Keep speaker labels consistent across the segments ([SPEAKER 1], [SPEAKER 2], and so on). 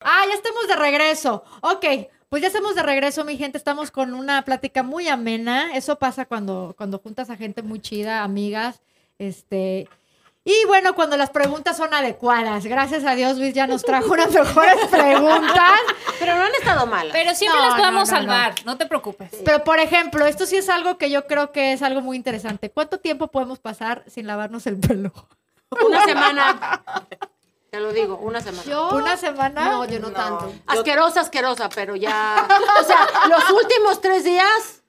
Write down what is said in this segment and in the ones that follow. [SPEAKER 1] Ah, estamos de regreso. Ok, pues ya estamos de regreso, mi gente. Estamos con una plática muy amena. Eso pasa cuando, cuando juntas a gente muy chida, amigas. Este. Y bueno, cuando las preguntas son adecuadas. Gracias a Dios, Luis ya nos trajo unas mejores preguntas.
[SPEAKER 2] Pero no han estado malas.
[SPEAKER 3] Pero siempre
[SPEAKER 1] No,
[SPEAKER 3] las podemos
[SPEAKER 1] no, no, no.
[SPEAKER 3] salvar, no. te preocupes.
[SPEAKER 1] Pero, por ejemplo, esto sí es algo que yo creo que es algo muy interesante. ¿Cuánto tiempo podemos pasar sin lavarnos el pelo?
[SPEAKER 2] Una semana. Te lo digo, una semana.
[SPEAKER 1] ¿Una semana?
[SPEAKER 4] No, yo no, tanto.
[SPEAKER 2] Asquerosa, asquerosa, pero ya. O sea, los últimos tres días,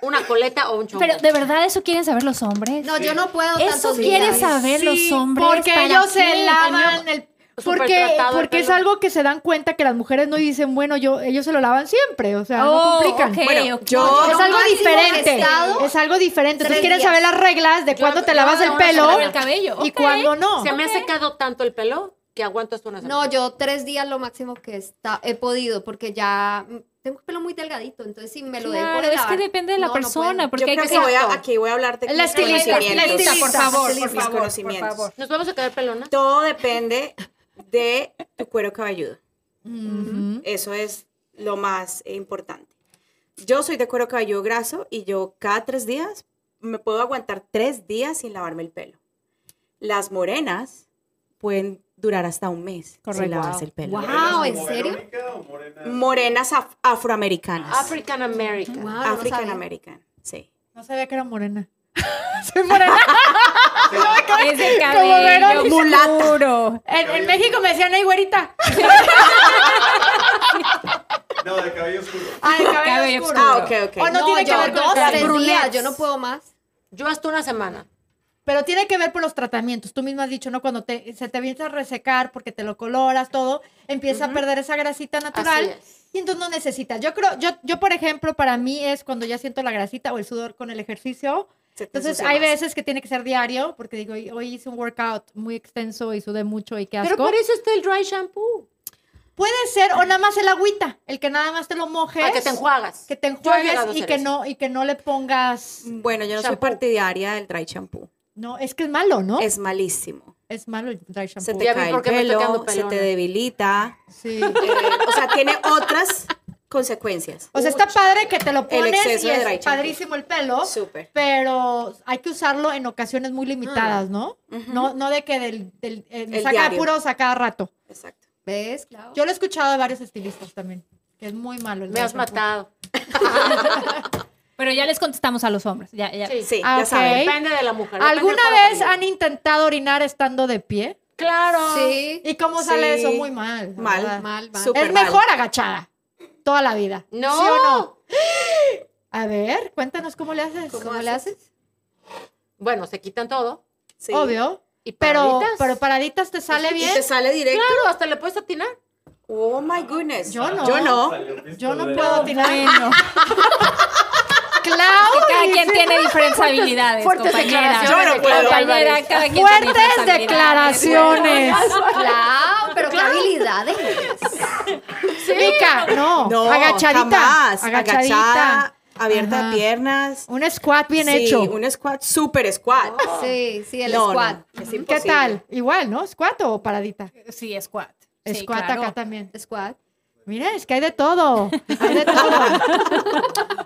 [SPEAKER 2] una coleta o un chongo.
[SPEAKER 3] Pero, ¿de verdad eso quieren saber los hombres?
[SPEAKER 4] No, yo no puedo
[SPEAKER 3] Eso
[SPEAKER 4] tantos
[SPEAKER 3] quiere
[SPEAKER 4] días.
[SPEAKER 3] saber los hombres.
[SPEAKER 1] Porque
[SPEAKER 3] ¿para
[SPEAKER 1] ellos
[SPEAKER 3] qué?
[SPEAKER 1] se lavan el porque,
[SPEAKER 2] Supertratado el
[SPEAKER 1] porque es
[SPEAKER 2] pelo.
[SPEAKER 1] algo que se dan cuenta que las mujeres no dicen, bueno, yo ellos se lo lavan siempre, o sea,
[SPEAKER 3] Oh,
[SPEAKER 1] no complican.
[SPEAKER 3] ok,
[SPEAKER 4] Bueno,
[SPEAKER 3] ok.
[SPEAKER 4] yo-
[SPEAKER 1] es algo
[SPEAKER 4] máximo
[SPEAKER 1] diferente.
[SPEAKER 4] estado
[SPEAKER 1] Es algo diferente. Entonces
[SPEAKER 4] tres
[SPEAKER 1] quieren
[SPEAKER 4] días.
[SPEAKER 1] saber las reglas de cuándo te
[SPEAKER 2] yo
[SPEAKER 1] lavas
[SPEAKER 2] no
[SPEAKER 1] el
[SPEAKER 2] me
[SPEAKER 1] pelo
[SPEAKER 2] lavo el
[SPEAKER 3] cabello,
[SPEAKER 1] y
[SPEAKER 3] ok.
[SPEAKER 1] cuándo no.
[SPEAKER 2] Se me ha secado tanto el pelo que aguanto hasta una semana.
[SPEAKER 4] No, yo tres días lo máximo que está, he podido, porque ya mm, tengo el pelo muy delgadito, entonces si me lo dejo
[SPEAKER 3] Claro,
[SPEAKER 4] de
[SPEAKER 3] es que
[SPEAKER 4] lavar,
[SPEAKER 3] depende de la
[SPEAKER 4] no, no
[SPEAKER 3] persona,
[SPEAKER 4] puedo.
[SPEAKER 3] porque hay
[SPEAKER 5] creo
[SPEAKER 3] que...
[SPEAKER 5] que voy a-
[SPEAKER 2] Exacto.
[SPEAKER 5] aquí voy a hablarte
[SPEAKER 1] La estilista, la
[SPEAKER 5] conocimientos.
[SPEAKER 1] estilista, por
[SPEAKER 5] Mis
[SPEAKER 3] favor, por
[SPEAKER 5] estilista,
[SPEAKER 3] favor, por
[SPEAKER 5] conocimientos.
[SPEAKER 3] favor.
[SPEAKER 2] ¿Nos vamos a quedar pelona?
[SPEAKER 5] Todo depende de tu cuero cabelludo.
[SPEAKER 1] Ujú.
[SPEAKER 5] Eso es lo más eh, importante. Yo soy de cuero cabelludo graso y yo cada tres días me puedo aguantar tres días sin lavarme el pelo. Las morenas pueden durar hasta un mes
[SPEAKER 1] Correcto.
[SPEAKER 5] sin lavarse el pelo.
[SPEAKER 4] Wow, Ah, ¿en serio?
[SPEAKER 5] Morenas af- afroamericanas.
[SPEAKER 3] Ah,
[SPEAKER 2] African American.
[SPEAKER 4] Wow, no
[SPEAKER 5] African
[SPEAKER 4] sabía.
[SPEAKER 5] American, sí.
[SPEAKER 1] No sabía que era morena. Soy morena.
[SPEAKER 3] Es el
[SPEAKER 1] Verónica.
[SPEAKER 3] cabello
[SPEAKER 5] Mulata.
[SPEAKER 3] puro.
[SPEAKER 1] En, en México me decían, ay, güerita.
[SPEAKER 6] No, de cabello oscuro.
[SPEAKER 1] Ay, cabello,
[SPEAKER 3] Cabello
[SPEAKER 1] oscuro.
[SPEAKER 5] Ah, ok, ok.
[SPEAKER 3] Oh,
[SPEAKER 1] O no, tiene que
[SPEAKER 4] yo
[SPEAKER 1] ver con
[SPEAKER 4] dos,
[SPEAKER 1] el
[SPEAKER 4] tres
[SPEAKER 1] cabello.
[SPEAKER 4] días,
[SPEAKER 2] brunettes.
[SPEAKER 4] yo no puedo más.
[SPEAKER 2] Yo hasta una semana.
[SPEAKER 1] Pero tiene que ver por los tratamientos. Tú mismo has dicho, ¿no? Cuando te, se te empieza a resecar porque te lo coloras, todo, empieza a perder esa grasita natural.
[SPEAKER 2] Así es.
[SPEAKER 1] Y entonces no necesitas. Yo creo, yo, yo, por ejemplo, para mí es cuando ya siento la grasita o el sudor con el ejercicio.
[SPEAKER 5] Se te
[SPEAKER 1] Entonces
[SPEAKER 5] ensucia
[SPEAKER 1] hay
[SPEAKER 5] más.
[SPEAKER 1] veces que tiene que ser diario, porque digo, hoy, hoy hice un workout muy extenso y sudé mucho y qué asco.
[SPEAKER 2] Pero para eso está el dry shampoo.
[SPEAKER 1] Puede ser, o nada más el agüita, el que nada más te lo mojes.
[SPEAKER 2] Para Ah, que te enjuagas.
[SPEAKER 1] que te
[SPEAKER 2] Yo he llegado a
[SPEAKER 1] enjuagues y
[SPEAKER 2] hacer
[SPEAKER 1] que
[SPEAKER 2] eso.
[SPEAKER 1] no, y que no le pongas.
[SPEAKER 5] Bueno, yo no soy
[SPEAKER 2] Shampoo.
[SPEAKER 5] partidaria del dry shampoo.
[SPEAKER 1] No, es que es malo, ¿no? Es,
[SPEAKER 5] Es malísimo.
[SPEAKER 1] malo el dry
[SPEAKER 5] Se
[SPEAKER 1] shampoo.
[SPEAKER 5] te
[SPEAKER 2] Ya vi
[SPEAKER 5] cae el
[SPEAKER 2] por qué me estoy
[SPEAKER 5] pelo,
[SPEAKER 2] quedando
[SPEAKER 5] se te
[SPEAKER 2] pelona.
[SPEAKER 5] debilita.
[SPEAKER 1] Sí.
[SPEAKER 5] eh, o sea, tiene otras consecuencias.
[SPEAKER 1] O sea, está padre que te lo pones
[SPEAKER 5] exceso
[SPEAKER 1] y
[SPEAKER 5] de
[SPEAKER 1] es
[SPEAKER 5] dry shampoo.
[SPEAKER 1] padrísimo el pelo.
[SPEAKER 5] Súper.
[SPEAKER 1] Pero hay que usarlo en ocasiones muy limitadas, ¿no?
[SPEAKER 5] Ujú.
[SPEAKER 1] No, no de que del, del eh,
[SPEAKER 5] El
[SPEAKER 1] saca
[SPEAKER 5] diario.
[SPEAKER 1] puros a cada rato.
[SPEAKER 5] Exacto.
[SPEAKER 4] ¿Ves? Claro.
[SPEAKER 1] Yo lo he escuchado de varios estilistas también, que es muy malo. el
[SPEAKER 2] Me
[SPEAKER 1] dry
[SPEAKER 2] has
[SPEAKER 1] shampoo.
[SPEAKER 2] matado.
[SPEAKER 3] Pero ya les contestamos a los hombres. Ya, ya.
[SPEAKER 2] Sí.
[SPEAKER 5] Sí,
[SPEAKER 1] Ah,
[SPEAKER 5] ya
[SPEAKER 1] ok.
[SPEAKER 5] saben.
[SPEAKER 2] Depende de la mujer. depende
[SPEAKER 1] ¿Alguna
[SPEAKER 2] del cuerpo
[SPEAKER 1] vez
[SPEAKER 2] también.
[SPEAKER 1] han intentado orinar estando de pie?
[SPEAKER 2] Claro.
[SPEAKER 4] Sí,
[SPEAKER 1] ¿Y cómo sale
[SPEAKER 5] Sí.
[SPEAKER 1] eso? Muy mal. la
[SPEAKER 5] Mal.
[SPEAKER 1] verdad.
[SPEAKER 4] mal, mal.
[SPEAKER 5] Súper.
[SPEAKER 1] Es
[SPEAKER 5] mal.
[SPEAKER 1] mejor agachada. Toda la vida.
[SPEAKER 2] No.
[SPEAKER 1] ¿Sí o no? A ver, cuéntanos cómo le haces.
[SPEAKER 4] ¿Cómo le haces?
[SPEAKER 2] Bueno, se quitan todo.
[SPEAKER 5] Sí.
[SPEAKER 1] Obvio.
[SPEAKER 2] Y
[SPEAKER 1] Pero,
[SPEAKER 2] paraditas.
[SPEAKER 1] pero paraditas te sale
[SPEAKER 5] Y
[SPEAKER 1] bien.
[SPEAKER 5] te sale directo.
[SPEAKER 2] Claro, hasta le puedes atinar.
[SPEAKER 5] Oh my goodness.
[SPEAKER 1] Yo no.
[SPEAKER 5] Yo no.
[SPEAKER 1] Yo no puedo atinar.
[SPEAKER 3] Bueno,
[SPEAKER 1] Clau,
[SPEAKER 3] cada quien tiene diferentes habilidades,
[SPEAKER 2] fuertes
[SPEAKER 3] compañera.
[SPEAKER 2] declaraciones
[SPEAKER 5] Yo no puedo.
[SPEAKER 3] Compañera, cada quien tiene diferentes
[SPEAKER 1] fuertes
[SPEAKER 3] habilidades.
[SPEAKER 1] declaraciones.
[SPEAKER 4] Claro, pero qué habilidades.
[SPEAKER 1] Mica, no.
[SPEAKER 5] No,
[SPEAKER 1] agachadita.
[SPEAKER 5] jamás.
[SPEAKER 1] Agachadita.
[SPEAKER 5] Agachada, abierta
[SPEAKER 1] Ajá.
[SPEAKER 5] de piernas.
[SPEAKER 1] Un squat bien
[SPEAKER 5] Sí,
[SPEAKER 1] hecho.
[SPEAKER 5] Un squat, súper squat.
[SPEAKER 4] Sí, sí, el
[SPEAKER 5] No, no,
[SPEAKER 4] squat.
[SPEAKER 5] es
[SPEAKER 1] ¿Qué
[SPEAKER 5] imposible.
[SPEAKER 1] tal? Igual, ¿no? ¿Squat o paradita?
[SPEAKER 3] Sí, squat. Sí,
[SPEAKER 1] squat
[SPEAKER 3] claro.
[SPEAKER 1] acá también.
[SPEAKER 4] Squat.
[SPEAKER 1] Mira, es que hay de todo. Hay de todo.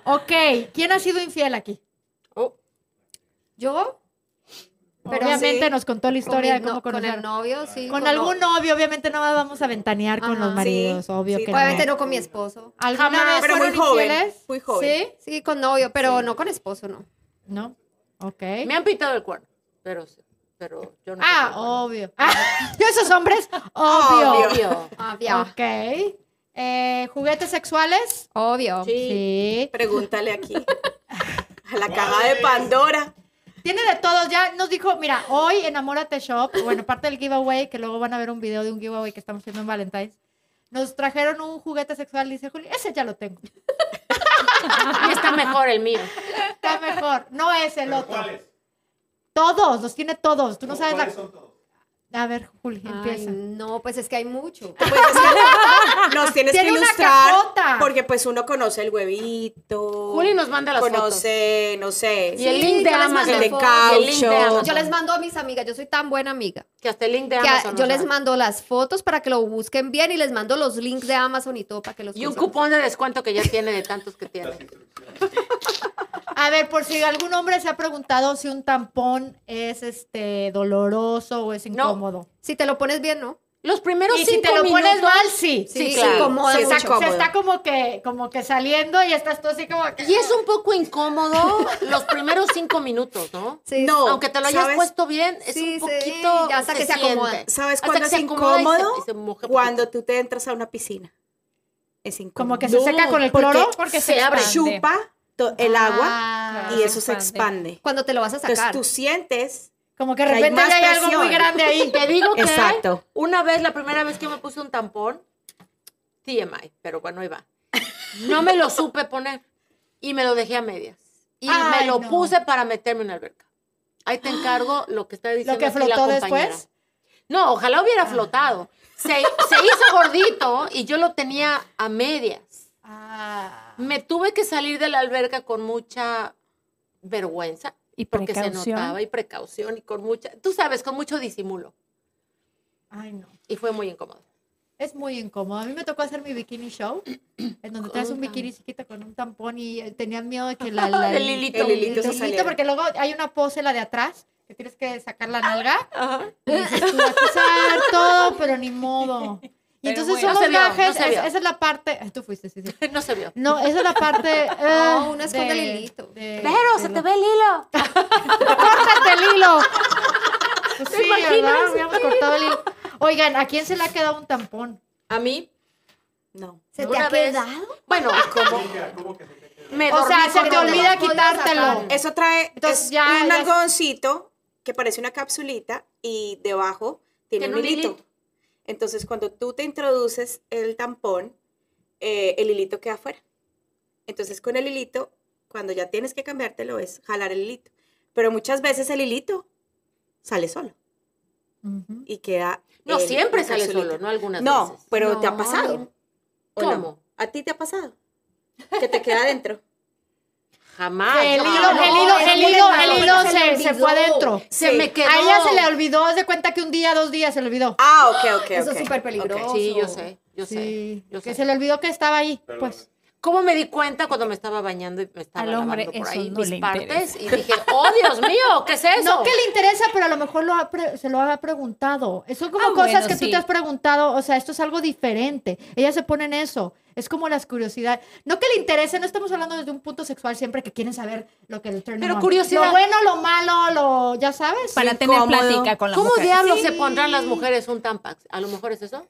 [SPEAKER 1] ok, ¿quién ha sido infiel aquí?
[SPEAKER 4] Yo Pero
[SPEAKER 1] obviamente
[SPEAKER 5] sí.
[SPEAKER 1] nos contó la historia
[SPEAKER 4] con,
[SPEAKER 1] de
[SPEAKER 4] mi no-
[SPEAKER 1] cómo
[SPEAKER 4] con el
[SPEAKER 1] conocieron.
[SPEAKER 4] novio, sí.
[SPEAKER 1] Con, algún novio, obviamente no vamos a ventanear con
[SPEAKER 4] Ajá.
[SPEAKER 1] los maridos,
[SPEAKER 5] Sí,
[SPEAKER 1] obvio
[SPEAKER 5] sí,
[SPEAKER 1] que
[SPEAKER 4] Obviamente
[SPEAKER 1] no.
[SPEAKER 4] no con mi esposo.
[SPEAKER 1] ¿Alguna
[SPEAKER 2] Jamás,
[SPEAKER 1] vez
[SPEAKER 5] pero muy
[SPEAKER 1] fueron
[SPEAKER 5] joven,
[SPEAKER 1] infieles?
[SPEAKER 5] muy joven.
[SPEAKER 1] ¿Sí?
[SPEAKER 4] Sí, con novio, pero no con esposo, no.
[SPEAKER 1] ¿No? Ok.
[SPEAKER 2] Me han pintado el cuerno. Pero, pero yo no.
[SPEAKER 1] Ah, obvio. Ah, ¿Y esos hombres? Obvio.
[SPEAKER 5] Obvio.
[SPEAKER 2] obvio.
[SPEAKER 4] Obvio.
[SPEAKER 1] Ok. Eh, ¿Juguetes sexuales?
[SPEAKER 4] Obvio.
[SPEAKER 2] Sí.
[SPEAKER 1] Sí.
[SPEAKER 5] Pregúntale aquí. A la caja de Pandora.
[SPEAKER 1] Tiene de todos, ya nos dijo, mira, hoy en Amórate Shop, bueno, parte del giveaway, que luego van a ver un video de un giveaway que estamos haciendo en Valentine's, nos trajeron un juguete sexual, dice Juli, ese ya lo tengo,
[SPEAKER 2] Y está mejor el mío.
[SPEAKER 1] está mejor, no es el otro.
[SPEAKER 6] ¿Cuáles?
[SPEAKER 1] Todos, los tiene todos, tú no
[SPEAKER 6] No,
[SPEAKER 1] sabes
[SPEAKER 6] ¿cuáles
[SPEAKER 1] la...
[SPEAKER 6] son todos?
[SPEAKER 1] A ver, Juli,
[SPEAKER 4] Ay,
[SPEAKER 1] empieza.
[SPEAKER 2] Ah,
[SPEAKER 4] no, pues es que hay mucho.
[SPEAKER 5] Pues es que nos tienes
[SPEAKER 1] Tiene
[SPEAKER 5] que
[SPEAKER 1] una
[SPEAKER 5] ilustrar
[SPEAKER 1] cajota.
[SPEAKER 5] porque pues uno conoce el huevito.
[SPEAKER 2] Juli nos manda las
[SPEAKER 5] Conoce, no sé.
[SPEAKER 2] Y el link de
[SPEAKER 4] yo les
[SPEAKER 2] Amazon.
[SPEAKER 4] mandé
[SPEAKER 5] El de
[SPEAKER 4] fotos.
[SPEAKER 5] caucho.
[SPEAKER 2] El link de Amazon.
[SPEAKER 4] Yo les mando a mis amigas, yo soy tan buena amiga.
[SPEAKER 2] Que hasta el link de
[SPEAKER 4] que a-
[SPEAKER 2] Amazon.
[SPEAKER 4] yo
[SPEAKER 2] nos
[SPEAKER 4] les
[SPEAKER 2] manda.
[SPEAKER 4] mando las fotos para que lo busquen bien y les mando los links de Amazon y todo para que los
[SPEAKER 2] Y un
[SPEAKER 4] consigan.
[SPEAKER 2] cupón de descuento que ya tiene de tantos que tiene.
[SPEAKER 1] A ver, por si algún hombre se ha preguntado si un tampón es este doloroso o es incómodo.
[SPEAKER 4] Si te lo pones bien, ¿no?
[SPEAKER 2] Los primeros
[SPEAKER 1] Y si
[SPEAKER 2] cinco
[SPEAKER 1] te lo pones
[SPEAKER 2] minutos.
[SPEAKER 1] mal, sí.
[SPEAKER 2] Sí,
[SPEAKER 4] se
[SPEAKER 2] claro.
[SPEAKER 4] incomoda
[SPEAKER 5] Sí, está
[SPEAKER 4] mucho.
[SPEAKER 5] cómodo.
[SPEAKER 1] Se está como que, como que saliendo y estás tú así como. que-
[SPEAKER 2] Y es un poco incómodo los primeros cinco minutos, ¿no?
[SPEAKER 4] Sí,
[SPEAKER 5] No.
[SPEAKER 2] Aunque te lo hayas
[SPEAKER 5] ¿sabes?
[SPEAKER 2] puesto bien, es
[SPEAKER 4] Sí,
[SPEAKER 2] un
[SPEAKER 4] sí,
[SPEAKER 2] poquito.
[SPEAKER 4] ya hasta que se acomoda.
[SPEAKER 2] siente.
[SPEAKER 5] ¿Sabes
[SPEAKER 2] Hasta
[SPEAKER 5] cuándo
[SPEAKER 2] que
[SPEAKER 5] es
[SPEAKER 2] se acomoda y se-
[SPEAKER 5] incómodo?
[SPEAKER 2] y se moja
[SPEAKER 5] Cuando
[SPEAKER 2] poquito.
[SPEAKER 5] tú te entras a una piscina. Es incómodo.
[SPEAKER 1] Como que se seca con el
[SPEAKER 5] porque
[SPEAKER 1] cloro porque se,
[SPEAKER 2] se abre.
[SPEAKER 1] expande.
[SPEAKER 5] chupa to- el agua
[SPEAKER 4] Ah,
[SPEAKER 5] y eso se
[SPEAKER 3] expande.
[SPEAKER 5] expande.
[SPEAKER 4] Cuando te lo vas a
[SPEAKER 2] Pues
[SPEAKER 5] Entonces
[SPEAKER 4] sacar.
[SPEAKER 5] tú sientes.
[SPEAKER 1] Como que de
[SPEAKER 5] Que hay
[SPEAKER 1] repente
[SPEAKER 5] más
[SPEAKER 1] ya hay algo muy
[SPEAKER 5] presión.
[SPEAKER 1] grande ahí.
[SPEAKER 2] Te digo que
[SPEAKER 5] Exacto.
[SPEAKER 2] una vez, la primera vez que me puse un tampón, TMI, pero bueno, ahí va. No me lo supe poner y me lo dejé a medias. Y
[SPEAKER 1] Ay,
[SPEAKER 2] me lo
[SPEAKER 1] no.
[SPEAKER 2] puse para meterme en la alberca. Ahí te encargo lo que está diciendo.
[SPEAKER 1] Lo que
[SPEAKER 2] aquí la
[SPEAKER 1] flotó
[SPEAKER 2] compañera.
[SPEAKER 1] después. Ah.
[SPEAKER 2] No, ojalá hubiera flotado. Se, se hizo gordito y yo lo tenía a medias.
[SPEAKER 1] Ah.
[SPEAKER 2] Me tuve que salir de la alberca con mucha vergüenza
[SPEAKER 3] Y
[SPEAKER 2] porque se
[SPEAKER 3] precaución.
[SPEAKER 2] notaba y precaución y con mucha, tú sabes, con mucho disimulo.
[SPEAKER 1] Ay, no.
[SPEAKER 2] Y fue muy incómodo.
[SPEAKER 1] Es muy incómodo. A mí me tocó hacer mi bikini show, en donde traes
[SPEAKER 2] Con
[SPEAKER 1] un
[SPEAKER 2] un
[SPEAKER 1] bikini chiquito con un tampón y eh, tenían miedo de que la,
[SPEAKER 4] Ah,
[SPEAKER 1] la-
[SPEAKER 2] El hilito.
[SPEAKER 5] El hilito se
[SPEAKER 1] hilito,
[SPEAKER 5] saliera.
[SPEAKER 1] porque luego hay una pose, la de atrás, que tienes que sacar la nalga.
[SPEAKER 2] Ajá.
[SPEAKER 1] Y dices, tú vas a pisar todo, pero ni modo. Y
[SPEAKER 3] Pero
[SPEAKER 1] entonces
[SPEAKER 3] bueno.
[SPEAKER 1] son
[SPEAKER 2] No
[SPEAKER 1] los
[SPEAKER 2] se vio, no
[SPEAKER 1] gajes,
[SPEAKER 2] se
[SPEAKER 1] es-
[SPEAKER 2] vio.
[SPEAKER 1] esa es la parte... Ay, tú fuiste, sí, sí.
[SPEAKER 2] No se vio.
[SPEAKER 1] No, esa es la parte...
[SPEAKER 4] No,
[SPEAKER 2] Oh,
[SPEAKER 1] eh,
[SPEAKER 4] uno esconde
[SPEAKER 1] de-
[SPEAKER 4] el hilito.
[SPEAKER 1] de-
[SPEAKER 2] Pero
[SPEAKER 1] de
[SPEAKER 2] se
[SPEAKER 1] lo-
[SPEAKER 2] te ve el hilo.
[SPEAKER 1] ¡Córtate el hilo! Pues sí, ¿verdad?
[SPEAKER 2] imaginas?
[SPEAKER 1] Habíamos cortado el hilo. Oigan, ¿a quién se le ha quedado un tampón?
[SPEAKER 2] A mí,
[SPEAKER 5] No.
[SPEAKER 4] ¿Se te
[SPEAKER 2] una
[SPEAKER 4] ha
[SPEAKER 2] vez-
[SPEAKER 4] quedado?
[SPEAKER 2] Bueno, como
[SPEAKER 6] ¿Cómo que se te queda?
[SPEAKER 2] me
[SPEAKER 1] O
[SPEAKER 2] dormí
[SPEAKER 1] sea, se
[SPEAKER 2] con
[SPEAKER 1] te
[SPEAKER 2] uno.
[SPEAKER 1] olvida
[SPEAKER 4] podías
[SPEAKER 1] quitártelo.
[SPEAKER 4] sacar.
[SPEAKER 5] Eso trae
[SPEAKER 1] Entonces,
[SPEAKER 5] es
[SPEAKER 1] ya-
[SPEAKER 5] un
[SPEAKER 1] ya-
[SPEAKER 5] algodoncito que parece una capsulita y debajo tiene,
[SPEAKER 2] Tiene
[SPEAKER 5] un
[SPEAKER 2] un
[SPEAKER 5] hilito.
[SPEAKER 2] hilito.
[SPEAKER 5] Entonces, cuando tú te introduces el tampón, eh, el hilito queda afuera. Entonces, con el hilito, cuando ya tienes que cambiártelo, es jalar el hilito. Pero muchas veces el hilito sale solo
[SPEAKER 1] Ujú.
[SPEAKER 5] y queda.
[SPEAKER 2] No,
[SPEAKER 5] el-
[SPEAKER 2] siempre
[SPEAKER 5] la
[SPEAKER 2] sale
[SPEAKER 5] capsulita.
[SPEAKER 2] solo, no algunas
[SPEAKER 5] No,
[SPEAKER 2] veces.
[SPEAKER 5] pero te ha
[SPEAKER 4] No.
[SPEAKER 5] pasado. ¿o no?
[SPEAKER 2] ¿Cómo?
[SPEAKER 5] ¿A ti te ha pasado? Que te queda adentro.
[SPEAKER 2] Jamás.
[SPEAKER 1] El
[SPEAKER 2] Ah, yo
[SPEAKER 1] hilo,
[SPEAKER 2] no.
[SPEAKER 1] el hilo,
[SPEAKER 4] es
[SPEAKER 1] el
[SPEAKER 4] muy
[SPEAKER 1] hilo,
[SPEAKER 4] malo,
[SPEAKER 1] el
[SPEAKER 4] pero
[SPEAKER 1] hilo
[SPEAKER 4] se le
[SPEAKER 1] se, se
[SPEAKER 4] olvidó.
[SPEAKER 1] fue adentro.
[SPEAKER 2] Se
[SPEAKER 5] Sí.
[SPEAKER 2] me quedó.
[SPEAKER 1] A ella se le olvidó, haz de cuenta que un día, dos días se le olvidó.
[SPEAKER 5] Ah, ok, ok, ok.
[SPEAKER 4] Eso es súper
[SPEAKER 5] Ok.
[SPEAKER 4] peligroso.
[SPEAKER 2] Sí, yo sé, yo sé.
[SPEAKER 1] Sí,
[SPEAKER 2] yo
[SPEAKER 1] que
[SPEAKER 2] sé.
[SPEAKER 1] se le olvidó que estaba ahí,
[SPEAKER 6] Perdón.
[SPEAKER 1] pues.
[SPEAKER 2] ¿Cómo me di cuenta cuando me estaba bañando y me estaba
[SPEAKER 3] Al hombre
[SPEAKER 2] lavando por
[SPEAKER 3] eso
[SPEAKER 2] ahí
[SPEAKER 3] no
[SPEAKER 2] mis
[SPEAKER 3] le
[SPEAKER 2] partes? Y dije, oh, Dios mío, ¿qué es eso?
[SPEAKER 1] No que le interesa, pero a lo mejor lo ha pre- se lo ha preguntado. Son como
[SPEAKER 3] Ah,
[SPEAKER 1] cosas
[SPEAKER 3] bueno,
[SPEAKER 1] que tú
[SPEAKER 3] sí.
[SPEAKER 1] te has preguntado, o sea, esto es algo diferente. Ellas se ponen eso. Es como las curiosidades. No que le interese, no estamos hablando desde un punto sexual siempre que quieren saber lo que el turn
[SPEAKER 2] Pero
[SPEAKER 1] on.
[SPEAKER 2] curiosidad.
[SPEAKER 1] Lo bueno, lo malo, lo ya sabes.
[SPEAKER 3] Para tener
[SPEAKER 5] incómodo.
[SPEAKER 3] plática con la
[SPEAKER 2] ¿Cómo
[SPEAKER 3] mujer.
[SPEAKER 2] diablos se pondrán las mujeres un tampax? A lo mejor es eso.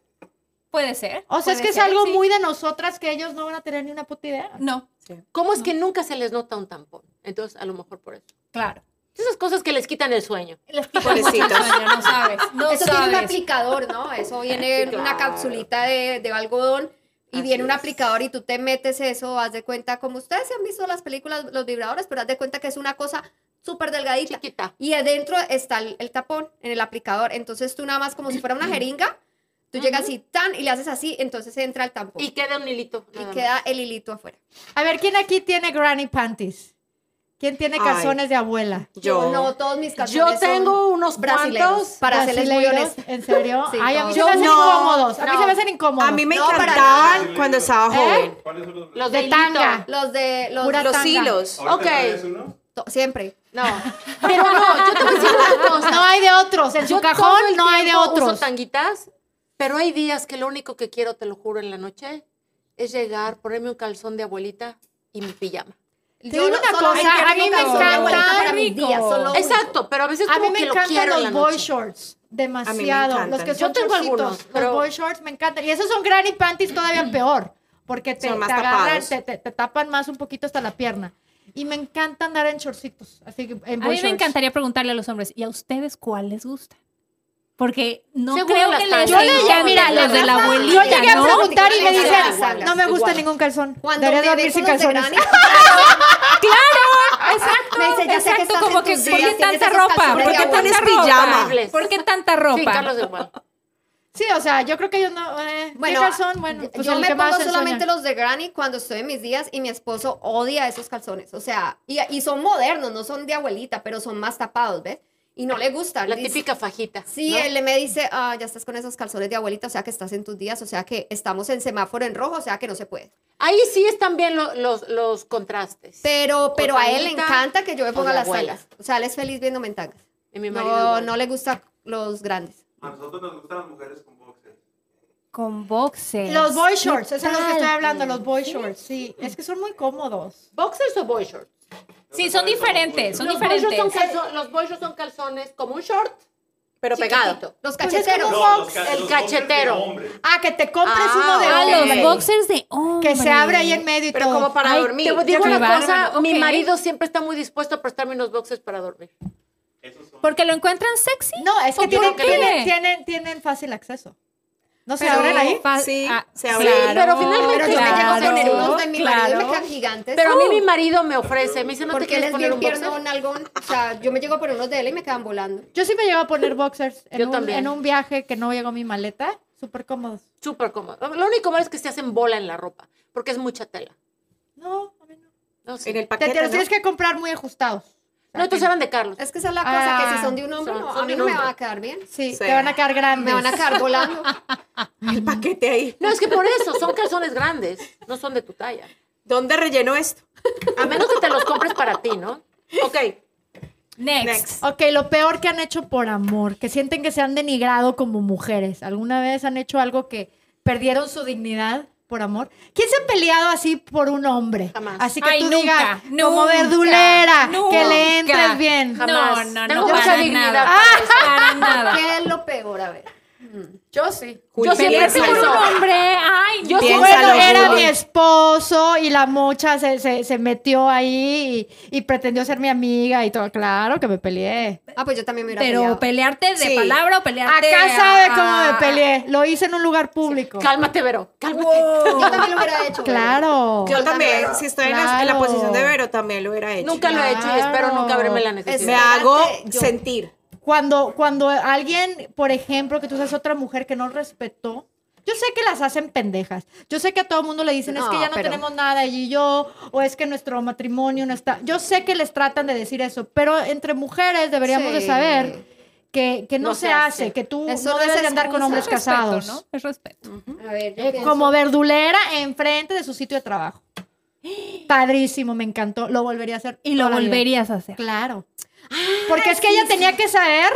[SPEAKER 3] Puede ser.
[SPEAKER 1] o sea, es
[SPEAKER 3] puede
[SPEAKER 1] que es
[SPEAKER 3] ser,
[SPEAKER 1] algo
[SPEAKER 3] sí.
[SPEAKER 1] muy de nosotras que ellos no van a tener ni una puta idea.
[SPEAKER 3] No,
[SPEAKER 2] ¿Cómo es que nunca se les nota un tampón? Entonces, a lo mejor por eso.
[SPEAKER 3] claro.
[SPEAKER 2] Esas cosas que les quitan el sueño.
[SPEAKER 3] Les
[SPEAKER 5] Pobrecitos.
[SPEAKER 3] no sabes. No
[SPEAKER 4] Eso tiene un
[SPEAKER 3] sabes.
[SPEAKER 4] aplicador, ¿no? Eso viene en una
[SPEAKER 5] Claro.
[SPEAKER 4] capsulita de, de algodón y
[SPEAKER 5] Así
[SPEAKER 4] viene un
[SPEAKER 5] es.
[SPEAKER 4] aplicador y tú te metes eso, haz de cuenta, como ustedes se han visto las películas, los vibradores, pero haz de cuenta que es una cosa súper delgadita.
[SPEAKER 2] Chiquita.
[SPEAKER 4] Y adentro está el, el tapón en el aplicador. Entonces tú nada más como si fuera una jeringa, tú llegas y tan y le haces así, entonces entra el tampón.
[SPEAKER 2] Y
[SPEAKER 4] Y,
[SPEAKER 2] queda un hilito. nada más.
[SPEAKER 4] queda el hilito afuera.
[SPEAKER 1] A ver, ¿quién aquí tiene granny panties? ¿Quién tiene
[SPEAKER 5] Ay.
[SPEAKER 1] calzones de abuela?
[SPEAKER 5] Yo.
[SPEAKER 4] no, todos mis
[SPEAKER 2] Yo
[SPEAKER 4] calzones
[SPEAKER 2] tengo unos
[SPEAKER 4] brasileños.
[SPEAKER 2] cuantos.
[SPEAKER 4] Para serles muy
[SPEAKER 1] ¿Brasileiros?
[SPEAKER 4] honesta.
[SPEAKER 1] ¿En serio?
[SPEAKER 4] Sí,
[SPEAKER 1] Ay, a mí se
[SPEAKER 5] todos.
[SPEAKER 1] me hacen
[SPEAKER 5] Yo no,
[SPEAKER 1] incómodos. A mí
[SPEAKER 2] no.
[SPEAKER 1] se me hacen incómodos.
[SPEAKER 5] A mí me
[SPEAKER 4] No, para
[SPEAKER 5] encantaban
[SPEAKER 6] nada.
[SPEAKER 5] cuando estaba
[SPEAKER 1] ¿Eh?
[SPEAKER 5] joven.
[SPEAKER 6] ¿Cuáles son los
[SPEAKER 2] Los
[SPEAKER 1] De
[SPEAKER 2] de, hilito.
[SPEAKER 1] tanga.
[SPEAKER 4] Los de los
[SPEAKER 1] Pura
[SPEAKER 5] Los
[SPEAKER 1] tanga.
[SPEAKER 5] hilos.
[SPEAKER 6] ¿Ahorita
[SPEAKER 2] Ok.
[SPEAKER 6] traes uno?
[SPEAKER 4] to- siempre.
[SPEAKER 2] No. Pero no, yo te voy a decir una cosa.
[SPEAKER 1] Pues No hay de otros. En
[SPEAKER 2] Yo
[SPEAKER 1] su
[SPEAKER 2] todo
[SPEAKER 1] cajón
[SPEAKER 2] el
[SPEAKER 1] no hay de
[SPEAKER 2] tiempo
[SPEAKER 1] otros.
[SPEAKER 2] Uso tanguitas, pero hay días que lo único que quiero, te lo juro, en la noche es llegar, ponerme un calzón de abuelita y mi pijama.
[SPEAKER 1] Te digo una
[SPEAKER 4] solo-
[SPEAKER 1] cosa,
[SPEAKER 4] Ay, qué
[SPEAKER 1] a mí me
[SPEAKER 4] rico calzón de abuelita
[SPEAKER 1] encantan.
[SPEAKER 4] para mis días, solo uno.
[SPEAKER 2] Exacto, pero a veces
[SPEAKER 1] A
[SPEAKER 2] como
[SPEAKER 1] mí me
[SPEAKER 2] que lo
[SPEAKER 1] encantan
[SPEAKER 2] quiero en la
[SPEAKER 1] los boy
[SPEAKER 2] noche.
[SPEAKER 1] shorts. Demasiado.
[SPEAKER 5] encantan.
[SPEAKER 1] Los que
[SPEAKER 5] Yo
[SPEAKER 1] son
[SPEAKER 2] tengo
[SPEAKER 1] chorcitos,
[SPEAKER 2] algunos, pero-
[SPEAKER 1] Los
[SPEAKER 2] Mm.
[SPEAKER 1] boy shorts me encantan. Y esos son granny panties todavía peor. Porque te,
[SPEAKER 5] Son más
[SPEAKER 1] te agarran,
[SPEAKER 5] tapados.
[SPEAKER 1] te, te- te tapan más un poquito hasta la pierna. Y me encanta andar en chorcitos. Así que en
[SPEAKER 3] A
[SPEAKER 1] boy
[SPEAKER 3] mí me
[SPEAKER 1] shorts.
[SPEAKER 3] encantaría preguntarle a los hombres, ¿y a ustedes cuál les gusta? Porque no
[SPEAKER 2] Seguro
[SPEAKER 3] creo
[SPEAKER 2] las
[SPEAKER 3] que les
[SPEAKER 2] tangas.
[SPEAKER 3] encanten
[SPEAKER 2] Yo le-
[SPEAKER 1] mira,
[SPEAKER 3] las de la
[SPEAKER 2] las-
[SPEAKER 3] abuelita,
[SPEAKER 1] Yo llegué a
[SPEAKER 3] ¿no?
[SPEAKER 1] preguntar y me
[SPEAKER 4] Igual,
[SPEAKER 1] dicen,
[SPEAKER 4] igual,
[SPEAKER 1] no me gusta
[SPEAKER 2] igual.
[SPEAKER 1] ningún calzón.
[SPEAKER 4] Cuando
[SPEAKER 1] Debería
[SPEAKER 4] me
[SPEAKER 1] dormir
[SPEAKER 4] ves
[SPEAKER 1] sin
[SPEAKER 4] unos de
[SPEAKER 1] calzones.
[SPEAKER 4] granny,
[SPEAKER 3] Exacto,
[SPEAKER 4] Me dice, ya sé que
[SPEAKER 3] exacto,
[SPEAKER 4] estás
[SPEAKER 3] como
[SPEAKER 4] en
[SPEAKER 3] que
[SPEAKER 4] tus
[SPEAKER 3] ¿por qué
[SPEAKER 4] días, tienes
[SPEAKER 3] tanta
[SPEAKER 4] esos
[SPEAKER 3] ropa?
[SPEAKER 4] calzones
[SPEAKER 3] ¿Por
[SPEAKER 4] de
[SPEAKER 3] qué tanta
[SPEAKER 5] abuela.
[SPEAKER 3] ropa?
[SPEAKER 5] Pijama.
[SPEAKER 3] ¿Por qué tanta
[SPEAKER 2] Sí,
[SPEAKER 3] ropa?
[SPEAKER 2] Carlos igual.
[SPEAKER 1] Sí, o sea, yo creo que yo no. eh, ¿qué
[SPEAKER 4] Bueno,
[SPEAKER 1] calzón? Bueno, pues
[SPEAKER 4] yo
[SPEAKER 1] el
[SPEAKER 4] me
[SPEAKER 1] que más
[SPEAKER 4] pongo
[SPEAKER 1] ensueña.
[SPEAKER 4] solamente los de granny cuando estoy en mis días y mi esposo odia esos calzones. O sea, y, y son modernos, no son de abuelita, pero son más tapados, ¿ves? Y no le gusta.
[SPEAKER 2] La
[SPEAKER 4] dice-
[SPEAKER 2] típica fajita.
[SPEAKER 4] Sí,
[SPEAKER 2] ¿no?
[SPEAKER 4] él me dice, ah, ya estás con esos calzones de abuelita, o sea que estás en tus días, o sea que estamos en semáforo en rojo, o sea que no se puede.
[SPEAKER 2] Ahí sí están bien lo- los, los contrastes.
[SPEAKER 4] Pero, pero a él le
[SPEAKER 2] abuelita
[SPEAKER 4] encanta que yo me
[SPEAKER 2] o
[SPEAKER 4] ponga
[SPEAKER 2] de
[SPEAKER 4] las
[SPEAKER 2] abuela.
[SPEAKER 4] tangas. O sea, él es feliz viéndome en tangas.
[SPEAKER 2] Y mi marido
[SPEAKER 4] No,
[SPEAKER 2] igual.
[SPEAKER 4] no le gustan los grandes.
[SPEAKER 6] A nosotros nos gustan las mujeres con boxers.
[SPEAKER 3] Con boxes.
[SPEAKER 1] Los boy shorts, eso es lo que estoy
[SPEAKER 3] tal?
[SPEAKER 1] hablando, los boy shorts, sí. Es que son muy cómodos.
[SPEAKER 2] ¿Boxers o boy shorts?
[SPEAKER 3] Sí, son diferentes, son
[SPEAKER 2] los boy shorts son,
[SPEAKER 3] diferentes.
[SPEAKER 2] calzo- los boy shorts son calzones como un short,
[SPEAKER 5] Pero pegado.
[SPEAKER 2] chiquitito.
[SPEAKER 4] Los
[SPEAKER 1] Pues es
[SPEAKER 4] cacheteros.
[SPEAKER 1] como-
[SPEAKER 6] No, los ca-
[SPEAKER 2] el
[SPEAKER 6] los boxers de
[SPEAKER 2] cachetero.
[SPEAKER 6] hombre.
[SPEAKER 1] Ah, que te compres
[SPEAKER 2] Ah,
[SPEAKER 1] uno de
[SPEAKER 2] ah,
[SPEAKER 3] Ah,
[SPEAKER 1] hombre,
[SPEAKER 3] los boxers de hombre.
[SPEAKER 1] que se abre ahí en medio y
[SPEAKER 2] Pero
[SPEAKER 1] todo.
[SPEAKER 2] como para
[SPEAKER 3] Ay,
[SPEAKER 2] dormir.
[SPEAKER 3] te
[SPEAKER 2] Te digo
[SPEAKER 3] qué
[SPEAKER 2] una cosa,
[SPEAKER 3] bárbaro, ok.
[SPEAKER 2] mi marido siempre está muy dispuesto a prestarme unos boxers para dormir.
[SPEAKER 6] Esos son.
[SPEAKER 3] Porque lo encuentran sexy.
[SPEAKER 1] No, es que
[SPEAKER 2] ¿Por
[SPEAKER 1] tienen,
[SPEAKER 2] qué?
[SPEAKER 1] tienen, tienen, tienen fácil acceso. ¿No se
[SPEAKER 4] Pero-
[SPEAKER 1] abren ahí?
[SPEAKER 3] Fa-
[SPEAKER 5] Sí,
[SPEAKER 3] ah,
[SPEAKER 5] se
[SPEAKER 3] claro,
[SPEAKER 5] abre. Sí,
[SPEAKER 2] pero finalmente
[SPEAKER 4] Pero yo me llego a poner unos de mi marido y me
[SPEAKER 3] claro.
[SPEAKER 4] quedan gigantes.
[SPEAKER 2] Pero a mí mi marido me ofrece, me dice, ¿no te
[SPEAKER 4] porque él
[SPEAKER 2] quieres
[SPEAKER 4] es
[SPEAKER 2] poner
[SPEAKER 4] bien
[SPEAKER 2] un boxer?
[SPEAKER 4] pierno en algún. O sea, yo me llego a poner unos de él y me quedan volando.
[SPEAKER 1] Yo sí me llevo a poner boxers en,
[SPEAKER 2] Yo
[SPEAKER 1] un,
[SPEAKER 2] también.
[SPEAKER 1] en un viaje que no llegó mi maleta. Súper cómodos.
[SPEAKER 2] Súper cómodo. Lo único malo es que se hacen bola en la ropa, porque es mucha tela.
[SPEAKER 1] No, a mí no.
[SPEAKER 2] No, sé.
[SPEAKER 5] En el
[SPEAKER 1] Te,
[SPEAKER 5] paquete.
[SPEAKER 1] te los
[SPEAKER 5] ¿no?
[SPEAKER 1] tienes que comprar muy ajustados.
[SPEAKER 2] no estos eran de Carlos.
[SPEAKER 4] Es que esa es la cosa, que
[SPEAKER 1] Ah,
[SPEAKER 4] si son de un hombre,
[SPEAKER 2] son-
[SPEAKER 4] no,
[SPEAKER 2] son de
[SPEAKER 4] a mí
[SPEAKER 2] un
[SPEAKER 4] no me
[SPEAKER 2] hombre.
[SPEAKER 4] van a quedar bien.
[SPEAKER 1] Sí,
[SPEAKER 5] Sí.
[SPEAKER 1] te van a quedar grandes.
[SPEAKER 4] Me van a quedar volando.
[SPEAKER 5] El paquete ahí.
[SPEAKER 2] No, es que por eso, son calzones grandes, no son de tu talla.
[SPEAKER 5] ¿Dónde relleno esto?
[SPEAKER 2] A menos que te los compres para ti, ¿no? Ok,
[SPEAKER 3] Next.
[SPEAKER 5] Next.
[SPEAKER 1] Ok, lo peor que han hecho por amor, que sienten que se han denigrado como mujeres. ¿Alguna vez han hecho algo que perdieron su dignidad por amor? ¿Quién se ha peleado así por un hombre?
[SPEAKER 2] Jamás.
[SPEAKER 1] Así que
[SPEAKER 3] Ay,
[SPEAKER 1] tú
[SPEAKER 3] nunca,
[SPEAKER 1] digas, como
[SPEAKER 3] nunca,
[SPEAKER 1] verdulera, que le
[SPEAKER 3] nunca.
[SPEAKER 1] entres bien.
[SPEAKER 3] No,
[SPEAKER 2] jamás.
[SPEAKER 3] no,
[SPEAKER 2] Tengo
[SPEAKER 3] no,
[SPEAKER 2] mucha
[SPEAKER 3] para
[SPEAKER 2] dignidad
[SPEAKER 3] nada.
[SPEAKER 2] para eso.
[SPEAKER 3] Para nada.
[SPEAKER 4] ¿Qué es lo peor? A ver.
[SPEAKER 2] Mm. Yo sí. Yo siempre
[SPEAKER 5] piénsalo.
[SPEAKER 2] fui
[SPEAKER 3] Por
[SPEAKER 2] un
[SPEAKER 3] un
[SPEAKER 2] hombre.
[SPEAKER 3] hombre. Ay,
[SPEAKER 2] Yo
[SPEAKER 3] yo
[SPEAKER 2] siempre-
[SPEAKER 1] Bueno,
[SPEAKER 5] Piénsalo,
[SPEAKER 1] era
[SPEAKER 5] Ruth.
[SPEAKER 1] mi esposo y la mocha se, se- se metió ahí y, y pretendió ser mi amiga y todo. Claro que me peleé.
[SPEAKER 4] Ah, pues yo también me hubiera
[SPEAKER 3] Pero
[SPEAKER 4] peleado.
[SPEAKER 3] pelearte de
[SPEAKER 5] Sí.
[SPEAKER 3] palabra o pelearte.
[SPEAKER 1] Acá sabe cómo me
[SPEAKER 3] a-
[SPEAKER 1] peleé. Lo hice en un lugar público.
[SPEAKER 2] Cálmate, Vero. Cálmate.
[SPEAKER 3] Wow.
[SPEAKER 4] Yo también lo hubiera hecho.
[SPEAKER 1] Claro.
[SPEAKER 5] Yo también,
[SPEAKER 4] Claro.
[SPEAKER 5] si estoy en la, en la
[SPEAKER 1] Claro.
[SPEAKER 5] posición de Vero, también lo hubiera hecho.
[SPEAKER 2] Nunca lo he hecho y espero
[SPEAKER 1] Claro.
[SPEAKER 2] nunca verme la
[SPEAKER 5] Me
[SPEAKER 2] necesidad.
[SPEAKER 4] Es-
[SPEAKER 5] hago
[SPEAKER 4] yo-
[SPEAKER 5] sentir.
[SPEAKER 1] Cuando, cuando alguien, por ejemplo, que tú seas otra mujer que no respetó, yo sé que las hacen pendejas. Yo sé que a todo mundo le dicen, es
[SPEAKER 4] No,
[SPEAKER 1] que ya no
[SPEAKER 4] pero-
[SPEAKER 1] tenemos nada, ella y yo, o es que nuestro matrimonio no está. Yo sé que les tratan de decir eso, pero entre mujeres deberíamos de
[SPEAKER 4] Sí.
[SPEAKER 1] saber que, que no,
[SPEAKER 2] No
[SPEAKER 1] se,
[SPEAKER 2] se
[SPEAKER 1] hace,
[SPEAKER 2] hace.
[SPEAKER 1] que tú
[SPEAKER 4] Eso
[SPEAKER 1] no
[SPEAKER 4] no es
[SPEAKER 1] debes de andar con
[SPEAKER 4] excusa.
[SPEAKER 1] hombres
[SPEAKER 3] Es respeto,
[SPEAKER 1] casados.
[SPEAKER 3] ¿no? Es respeto.
[SPEAKER 4] A ver, yo
[SPEAKER 1] Eh,
[SPEAKER 4] pienso-
[SPEAKER 1] Como verdulera enfrente de su sitio de trabajo. Padrísimo, me encantó. Lo volvería a hacer.
[SPEAKER 3] Y lo
[SPEAKER 1] toda la vida.
[SPEAKER 3] volverías a hacer.
[SPEAKER 1] Claro. Porque es que ella tenía que saber.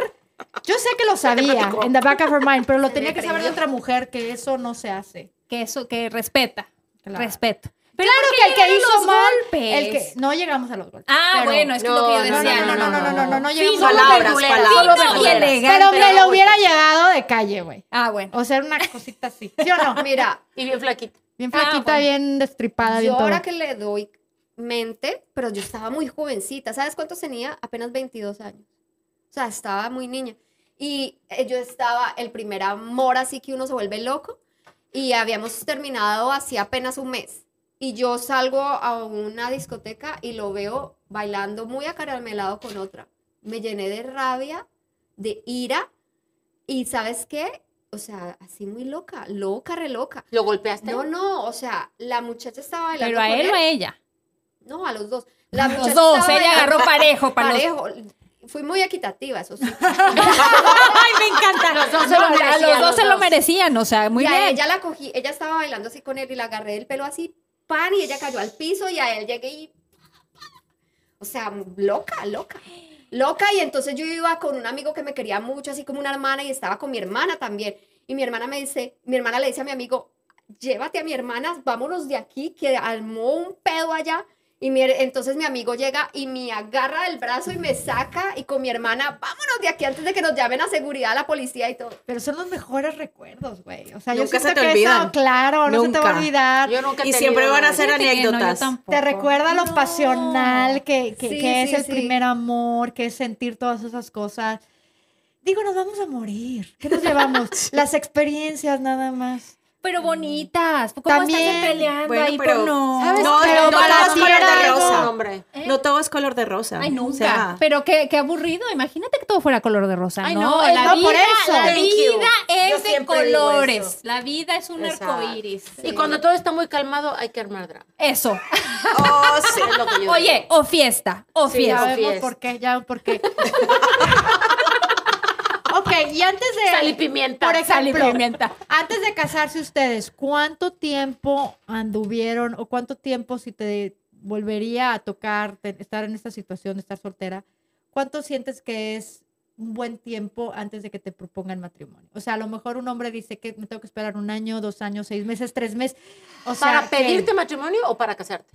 [SPEAKER 1] Yo sé que lo sabía en the back of her mind, pero lo
[SPEAKER 4] Se
[SPEAKER 1] tenía
[SPEAKER 4] me
[SPEAKER 1] que saber de
[SPEAKER 4] prendió.
[SPEAKER 1] otra mujer que eso no se hace.
[SPEAKER 3] Que eso, que respeta.
[SPEAKER 1] Claro.
[SPEAKER 3] Respeto. Pero
[SPEAKER 1] Claro
[SPEAKER 3] ¿por qué
[SPEAKER 1] que el que
[SPEAKER 3] llegan
[SPEAKER 1] hizo
[SPEAKER 3] los
[SPEAKER 1] mal,
[SPEAKER 3] golpes?
[SPEAKER 1] el que no llegamos a los golpes.
[SPEAKER 3] Ah,
[SPEAKER 1] pero-
[SPEAKER 3] bueno, es que
[SPEAKER 2] No,
[SPEAKER 3] lo que yo
[SPEAKER 2] no,
[SPEAKER 1] no,
[SPEAKER 3] decía.
[SPEAKER 1] no, no, no, no, no, no, no
[SPEAKER 3] Fino,
[SPEAKER 1] llegamos
[SPEAKER 5] Palabras,
[SPEAKER 2] verdulera,
[SPEAKER 5] palabras.
[SPEAKER 2] solo
[SPEAKER 3] Fino y
[SPEAKER 2] verdulera.
[SPEAKER 3] elegante.
[SPEAKER 1] Pero me lo
[SPEAKER 2] no
[SPEAKER 1] hubiera
[SPEAKER 2] golpes.
[SPEAKER 1] llegado de calle, güey.
[SPEAKER 3] Ah, bueno.
[SPEAKER 1] O sea, era una cosita así. ¿Sí o no?
[SPEAKER 4] Mira,
[SPEAKER 2] Y bien flaquita.
[SPEAKER 1] Bien
[SPEAKER 3] Ah,
[SPEAKER 1] flaquita,
[SPEAKER 3] bueno.
[SPEAKER 1] bien destripada, bien
[SPEAKER 4] yo
[SPEAKER 1] todo.
[SPEAKER 4] ahora que le doy mente, pero yo estaba muy jovencita. ¿Sabes cuántos tenía? Apenas 22 años. O sea, estaba muy niña. Y eh, yo estaba el primer amor, así que uno se vuelve loco. Y habíamos terminado hacía apenas un mes. Y yo salgo a una discoteca y lo veo bailando muy acaramelado con otra. Me llené de rabia, de ira. Y ¿sabes qué? O sea, así muy loca, loca, re loca.
[SPEAKER 2] ¿Lo golpeaste?
[SPEAKER 4] No, no, o sea, la muchacha estaba bailando.
[SPEAKER 3] Pero a
[SPEAKER 4] con
[SPEAKER 3] él o a ella.
[SPEAKER 4] No, a los dos. La
[SPEAKER 3] Los
[SPEAKER 4] muchacha
[SPEAKER 3] dos,
[SPEAKER 4] estaba
[SPEAKER 3] ella
[SPEAKER 4] bailando
[SPEAKER 3] agarró parejo para los
[SPEAKER 4] parejo. Fui muy equitativa, eso sí.
[SPEAKER 5] Ay, me encanta.
[SPEAKER 2] Los dos se
[SPEAKER 3] No,
[SPEAKER 2] lo
[SPEAKER 3] a
[SPEAKER 2] merecían.
[SPEAKER 3] los dos se lo
[SPEAKER 2] merecían.
[SPEAKER 3] merecían, o sea, muy
[SPEAKER 4] y a
[SPEAKER 3] bien.
[SPEAKER 4] ella la cogí, ella estaba bailando así con él y la agarré del pelo así, pan, y ella cayó al piso y a él llegué y. O sea, loca, loca. Loca, y entonces yo iba con un amigo que me quería mucho, así como una hermana, y estaba con mi hermana también. Y mi hermana me dice, mi hermana le dice a mi amigo, llévate a mi hermana, vámonos de aquí, que armó un pedo allá. Y mi- entonces mi amigo llega y me agarra del brazo y me saca, y con mi hermana, vámonos de aquí antes de que nos llamen a seguridad, a la policía y todo.
[SPEAKER 1] Pero son los mejores recuerdos, güey. O sea, yo
[SPEAKER 5] Nunca se
[SPEAKER 1] siento
[SPEAKER 5] te
[SPEAKER 1] que
[SPEAKER 5] olvidan.
[SPEAKER 1] eso, claro, no se te va a
[SPEAKER 5] Nunca.
[SPEAKER 1] olvidar.
[SPEAKER 2] Yo nunca he
[SPEAKER 5] Y
[SPEAKER 2] tenido
[SPEAKER 5] siempre van a
[SPEAKER 2] nada.
[SPEAKER 5] ser
[SPEAKER 3] Fíjate que no, yo
[SPEAKER 5] anécdotas.
[SPEAKER 3] tampoco.
[SPEAKER 1] Te recuerda lo
[SPEAKER 3] No.
[SPEAKER 1] pasional que, que-
[SPEAKER 4] Sí,
[SPEAKER 1] que es
[SPEAKER 4] sí,
[SPEAKER 1] el
[SPEAKER 4] sí.
[SPEAKER 1] primer amor, que es sentir todas esas cosas. Digo, nos vamos a morir. ¿Qué nos llevamos? Las experiencias nada más.
[SPEAKER 3] Pero bonitas. ¿Cómo
[SPEAKER 1] También.
[SPEAKER 3] estás peleando
[SPEAKER 5] Bueno,
[SPEAKER 3] ahí
[SPEAKER 5] pero-
[SPEAKER 3] por no?
[SPEAKER 2] ¿Sabes
[SPEAKER 5] No,
[SPEAKER 2] qué?
[SPEAKER 1] no,
[SPEAKER 2] Para
[SPEAKER 1] no, no,
[SPEAKER 2] ti
[SPEAKER 1] no,
[SPEAKER 2] era
[SPEAKER 1] no,
[SPEAKER 2] algo,
[SPEAKER 5] no.
[SPEAKER 2] hombre.
[SPEAKER 3] ¿Eh?
[SPEAKER 5] No todo es color de rosa.
[SPEAKER 3] Ay, nunca.
[SPEAKER 5] O sea,
[SPEAKER 3] Pero qué, qué aburrido. Imagínate que todo fuera color de rosa.
[SPEAKER 1] Ay,
[SPEAKER 3] no,
[SPEAKER 1] no, eh,
[SPEAKER 3] la
[SPEAKER 1] no,
[SPEAKER 3] vida,
[SPEAKER 1] por eso.
[SPEAKER 3] La
[SPEAKER 2] Thank you.
[SPEAKER 3] vida es
[SPEAKER 5] Yo
[SPEAKER 3] de
[SPEAKER 5] siempre digo eso.
[SPEAKER 3] colores. La vida es un
[SPEAKER 2] Exacto.
[SPEAKER 3] arcoíris.
[SPEAKER 2] Y cuando todo está muy calmado, hay que armar drama.
[SPEAKER 3] Eso.
[SPEAKER 5] oh, sí.
[SPEAKER 2] Es lo que yo
[SPEAKER 3] Oye,
[SPEAKER 2] digo.
[SPEAKER 3] o fiesta, o
[SPEAKER 2] Sí,
[SPEAKER 1] Ya
[SPEAKER 2] o
[SPEAKER 3] fiesta.
[SPEAKER 1] vemos
[SPEAKER 2] fiesta.
[SPEAKER 1] por qué, ya vemos por qué. ok, y antes de.
[SPEAKER 2] sal y pimienta.
[SPEAKER 1] Por
[SPEAKER 3] Sal y
[SPEAKER 1] ejemplo,
[SPEAKER 3] pimienta.
[SPEAKER 1] antes de casarse ustedes, ¿cuánto tiempo anduvieron o cuánto tiempo si te volvería a tocar te- estar en esta situación de estar soltera? ¿Cuánto sientes que es un buen tiempo antes de que te propongan matrimonio? O sea, a lo mejor un hombre dice que me tengo que esperar un año, dos años, seis meses, tres meses. O sea,
[SPEAKER 2] ¿Para
[SPEAKER 1] ¿qué?
[SPEAKER 2] pedirte matrimonio o para casarte?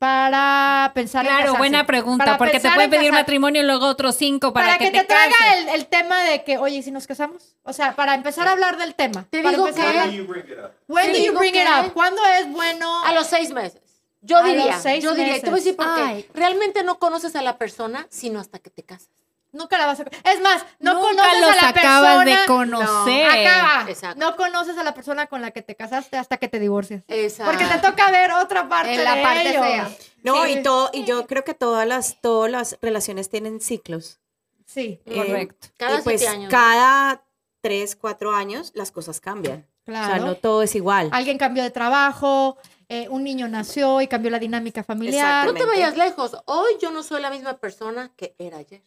[SPEAKER 1] Para pensar en
[SPEAKER 3] Claro,
[SPEAKER 1] casarse.
[SPEAKER 3] buena pregunta,
[SPEAKER 1] Para
[SPEAKER 3] porque te
[SPEAKER 1] pensar
[SPEAKER 3] pueden
[SPEAKER 1] en
[SPEAKER 3] pedir
[SPEAKER 1] casar-
[SPEAKER 3] matrimonio y luego otros cinco para, que, te,
[SPEAKER 1] traiga
[SPEAKER 3] cases.
[SPEAKER 1] el, el tema de que, oye, ¿y si nos casamos? O sea, para empezar a hablar del tema.
[SPEAKER 2] Te
[SPEAKER 1] Para
[SPEAKER 2] digo
[SPEAKER 1] empezar a
[SPEAKER 2] que-
[SPEAKER 1] hablar-
[SPEAKER 6] you bring it up?
[SPEAKER 1] When
[SPEAKER 2] Te
[SPEAKER 1] do you
[SPEAKER 2] digo
[SPEAKER 1] bring it
[SPEAKER 2] que-
[SPEAKER 1] up? ¿Cuándo es bueno?
[SPEAKER 2] A los seis meses. Yo
[SPEAKER 1] A
[SPEAKER 2] diría,
[SPEAKER 1] los seis
[SPEAKER 2] yo diría, y te voy a decir por qué.
[SPEAKER 3] Ay.
[SPEAKER 2] Realmente no conoces a la persona sino hasta que te casas.
[SPEAKER 1] Nunca la vas a... Es más, no
[SPEAKER 3] Nunca
[SPEAKER 1] conoces
[SPEAKER 3] los
[SPEAKER 1] a la
[SPEAKER 3] acabas
[SPEAKER 1] persona...
[SPEAKER 3] de conocer.
[SPEAKER 1] Acaba.
[SPEAKER 2] Exacto.
[SPEAKER 1] No conoces a la persona con la que te casaste hasta que te divorcias.
[SPEAKER 2] Exacto.
[SPEAKER 1] Porque te toca ver otra parte
[SPEAKER 4] En la
[SPEAKER 1] de
[SPEAKER 4] parte
[SPEAKER 1] ellos.
[SPEAKER 4] fea.
[SPEAKER 5] No, y todo, y yo creo que todas las, todas las relaciones tienen ciclos.
[SPEAKER 1] Sí,
[SPEAKER 5] Eh,
[SPEAKER 3] Correcto.
[SPEAKER 2] Cada
[SPEAKER 5] y pues
[SPEAKER 2] siete años.
[SPEAKER 5] cada tres, cuatro años las cosas cambian. O sea,
[SPEAKER 1] claro.
[SPEAKER 5] no todo es igual.
[SPEAKER 1] Alguien cambió de trabajo, eh, un niño nació y cambió la dinámica familiar.
[SPEAKER 5] Exacto.
[SPEAKER 2] No te vayas lejos. Hoy yo no soy la misma persona que era ayer.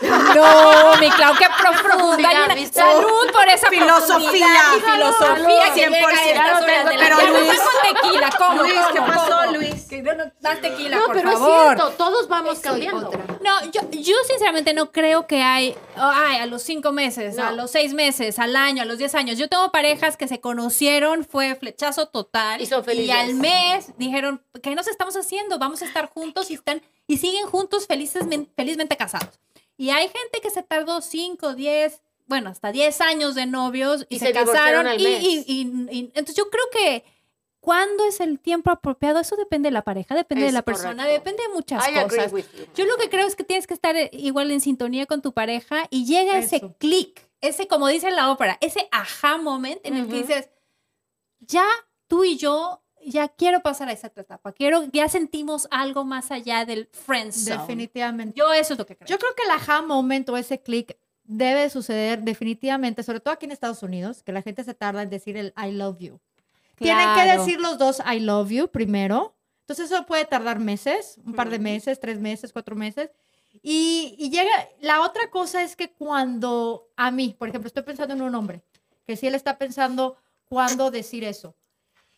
[SPEAKER 3] No, mi Clau, qué profunda. Hay una-
[SPEAKER 2] ¿viste?
[SPEAKER 3] Salud por esa
[SPEAKER 5] Filosofía,
[SPEAKER 3] profundidad.
[SPEAKER 5] filosofía,
[SPEAKER 3] que llega
[SPEAKER 5] 100%.
[SPEAKER 3] a estas horas de la
[SPEAKER 5] Pero
[SPEAKER 3] tarde.
[SPEAKER 5] Luis-
[SPEAKER 3] con tequila, ¿cómo?
[SPEAKER 5] Luis, ¿qué
[SPEAKER 3] ¿Cómo?
[SPEAKER 5] pasó,
[SPEAKER 3] ¿Cómo?
[SPEAKER 5] Luis?
[SPEAKER 3] Que no- no- das tequila,
[SPEAKER 2] No,
[SPEAKER 3] por
[SPEAKER 2] pero
[SPEAKER 3] favor.
[SPEAKER 2] es cierto, todos vamos
[SPEAKER 4] Soy
[SPEAKER 2] cambiando.
[SPEAKER 4] otra.
[SPEAKER 3] No, yo, yo sinceramente no creo que hay, oh, ay, a los cinco meses,
[SPEAKER 2] No.
[SPEAKER 3] a los seis meses, al año, a los diez años. Yo tengo parejas que se conocieron, fue flechazo total.
[SPEAKER 2] Y son
[SPEAKER 3] Y
[SPEAKER 2] felices.
[SPEAKER 3] al mes dijeron, ¿qué nos estamos haciendo? Vamos a estar juntos y están, y siguen juntos felices, men- felizmente casados. Y hay gente que se tardó cinco, diez, bueno, hasta diez años de novios y,
[SPEAKER 2] Y
[SPEAKER 3] se,
[SPEAKER 2] se divorciaron
[SPEAKER 3] casaron.
[SPEAKER 2] al
[SPEAKER 3] y,
[SPEAKER 2] mes.
[SPEAKER 3] y- y- y- entonces yo creo que cuándo es el tiempo apropiado, eso depende de la pareja, depende
[SPEAKER 2] Es
[SPEAKER 3] de la persona,
[SPEAKER 2] correcto.
[SPEAKER 3] depende de muchas
[SPEAKER 2] I agree
[SPEAKER 3] cosas.
[SPEAKER 2] with you.
[SPEAKER 3] Yo lo que creo es que tienes que estar eh, igual en sintonía con tu pareja y llega ese
[SPEAKER 1] Eso.
[SPEAKER 3] clic, ese, como dice en la ópera, ese aha moment en el que
[SPEAKER 2] Ujú.
[SPEAKER 3] dices, ya tú y yo, ya quiero pasar a esa otra etapa, quiero, ya sentimos algo más allá del friend zone.
[SPEAKER 1] Definitivamente.
[SPEAKER 3] Yo eso es lo que creo.
[SPEAKER 1] Yo creo que la aha moment o ese clic debe suceder definitivamente, sobre todo aquí en Estados Unidos, que la gente se tarda en decir el I love you. Tienen que
[SPEAKER 3] Claro.
[SPEAKER 1] decir los dos I love you primero. Entonces eso puede tardar meses, un par de meses, tres meses, cuatro meses. Y, y llega, la otra cosa es que cuando a mí, por ejemplo, estoy pensando en un hombre, que si él está pensando cuándo decir eso.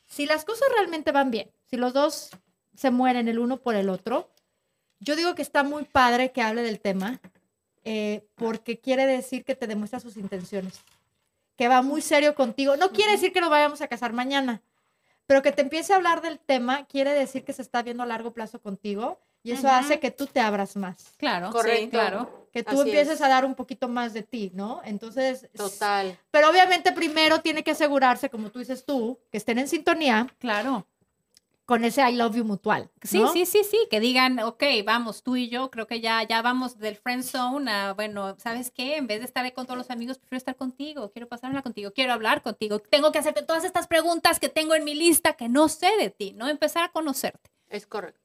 [SPEAKER 1] Si las cosas realmente van bien, si los dos se mueren el uno por el otro, yo digo que está muy padre que hable del tema, eh, porque quiere decir que te demuestra sus intenciones, que va muy serio contigo. No quiere decir que nos vayamos a casar mañana, pero que te empiece a hablar del tema quiere decir que se está viendo a largo plazo contigo y eso
[SPEAKER 3] Ujú.
[SPEAKER 1] hace que tú te abras más,
[SPEAKER 3] Claro,
[SPEAKER 2] Correcto.
[SPEAKER 3] sí, claro.
[SPEAKER 1] que tú
[SPEAKER 2] Así
[SPEAKER 1] empieces
[SPEAKER 2] es.
[SPEAKER 1] a dar un poquito más de ti, ¿no? Entonces,
[SPEAKER 2] Total.
[SPEAKER 1] pero obviamente primero tiene que asegurarse, como tú dices tú, que estén en sintonía
[SPEAKER 3] Claro.
[SPEAKER 1] con ese I love you mutual.
[SPEAKER 3] Sí,
[SPEAKER 1] ¿no?
[SPEAKER 3] sí, sí, sí, que digan, ok, vamos, tú y yo, creo que ya, ya vamos del friend zone a, bueno, ¿sabes qué? En vez de estar ahí con todos los amigos, prefiero estar contigo, quiero pasármela contigo, quiero hablar contigo, tengo que hacerte todas estas preguntas que tengo en mi lista que no sé de ti, ¿no? Empezar a conocerte.
[SPEAKER 2] Es correcto.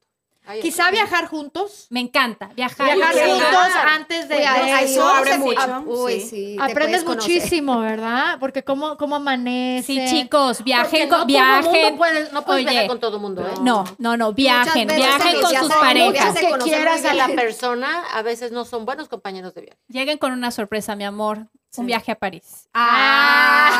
[SPEAKER 2] Ahí
[SPEAKER 1] Quizá
[SPEAKER 2] está.
[SPEAKER 1] viajar juntos.
[SPEAKER 3] Me encanta viajar.
[SPEAKER 1] Viajar
[SPEAKER 2] sí.
[SPEAKER 1] juntos
[SPEAKER 2] Claro.
[SPEAKER 1] antes de...
[SPEAKER 4] Cuidado,
[SPEAKER 1] de-
[SPEAKER 5] eso
[SPEAKER 1] ¿no?
[SPEAKER 5] abre
[SPEAKER 1] O sea,
[SPEAKER 5] mucho.
[SPEAKER 4] Ah, Uy,
[SPEAKER 5] sí.
[SPEAKER 4] sí. te
[SPEAKER 1] Aprendes
[SPEAKER 4] puedes conocer.
[SPEAKER 1] muchísimo, ¿verdad? Porque cómo, cómo amanece.
[SPEAKER 3] Sí, chicos,
[SPEAKER 2] Porque no
[SPEAKER 3] viajen, con-
[SPEAKER 2] Todo mundo
[SPEAKER 3] viajen.
[SPEAKER 2] puede, no puedes
[SPEAKER 3] Oye,
[SPEAKER 2] viajar con todo mundo, ¿eh?
[SPEAKER 3] No, no, no, viajen,
[SPEAKER 4] veces
[SPEAKER 3] viajen
[SPEAKER 4] se
[SPEAKER 3] con
[SPEAKER 4] deshace-
[SPEAKER 3] sus
[SPEAKER 4] no,
[SPEAKER 3] parejas.
[SPEAKER 4] se
[SPEAKER 2] que
[SPEAKER 4] conocen muy
[SPEAKER 2] quieras a la
[SPEAKER 4] bien.
[SPEAKER 2] persona, a veces no son buenos compañeros de viaje.
[SPEAKER 3] Lleguen con una sorpresa, mi amor, un viaje a París.
[SPEAKER 2] Ah.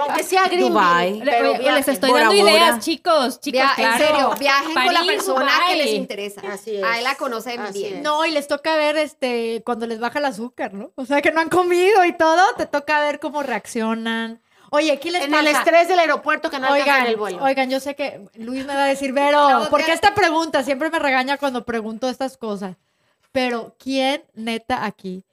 [SPEAKER 2] Aunque sea Green
[SPEAKER 5] Dubai.
[SPEAKER 2] Bill,
[SPEAKER 3] Le-
[SPEAKER 2] pero
[SPEAKER 3] oye, les
[SPEAKER 2] viajen.
[SPEAKER 3] estoy
[SPEAKER 5] Bora
[SPEAKER 3] dando
[SPEAKER 5] Bora.
[SPEAKER 3] ideas, chicos, chicos,
[SPEAKER 4] Via-
[SPEAKER 3] claro.
[SPEAKER 4] En serio, viajen con la
[SPEAKER 3] París,
[SPEAKER 4] persona que les
[SPEAKER 3] Dubái.
[SPEAKER 4] interesa.
[SPEAKER 2] Así es.
[SPEAKER 4] Ahí la conocen
[SPEAKER 2] Así
[SPEAKER 4] bien.
[SPEAKER 2] es.
[SPEAKER 1] No, y les toca ver este cuando les baja el azúcar, ¿no? O sea, que no han comido y todo, te toca ver cómo reaccionan. Oye, aquí les
[SPEAKER 2] En el
[SPEAKER 1] pasa?
[SPEAKER 2] estrés del aeropuerto que no alcanzan el vuelo.
[SPEAKER 1] Oigan, yo sé que Luis me va a decir, Vero,
[SPEAKER 4] Claudia.
[SPEAKER 1] ¿por qué esta pregunta? Siempre me regaña cuando pregunto estas cosas. Pero, ¿quién neta aquí?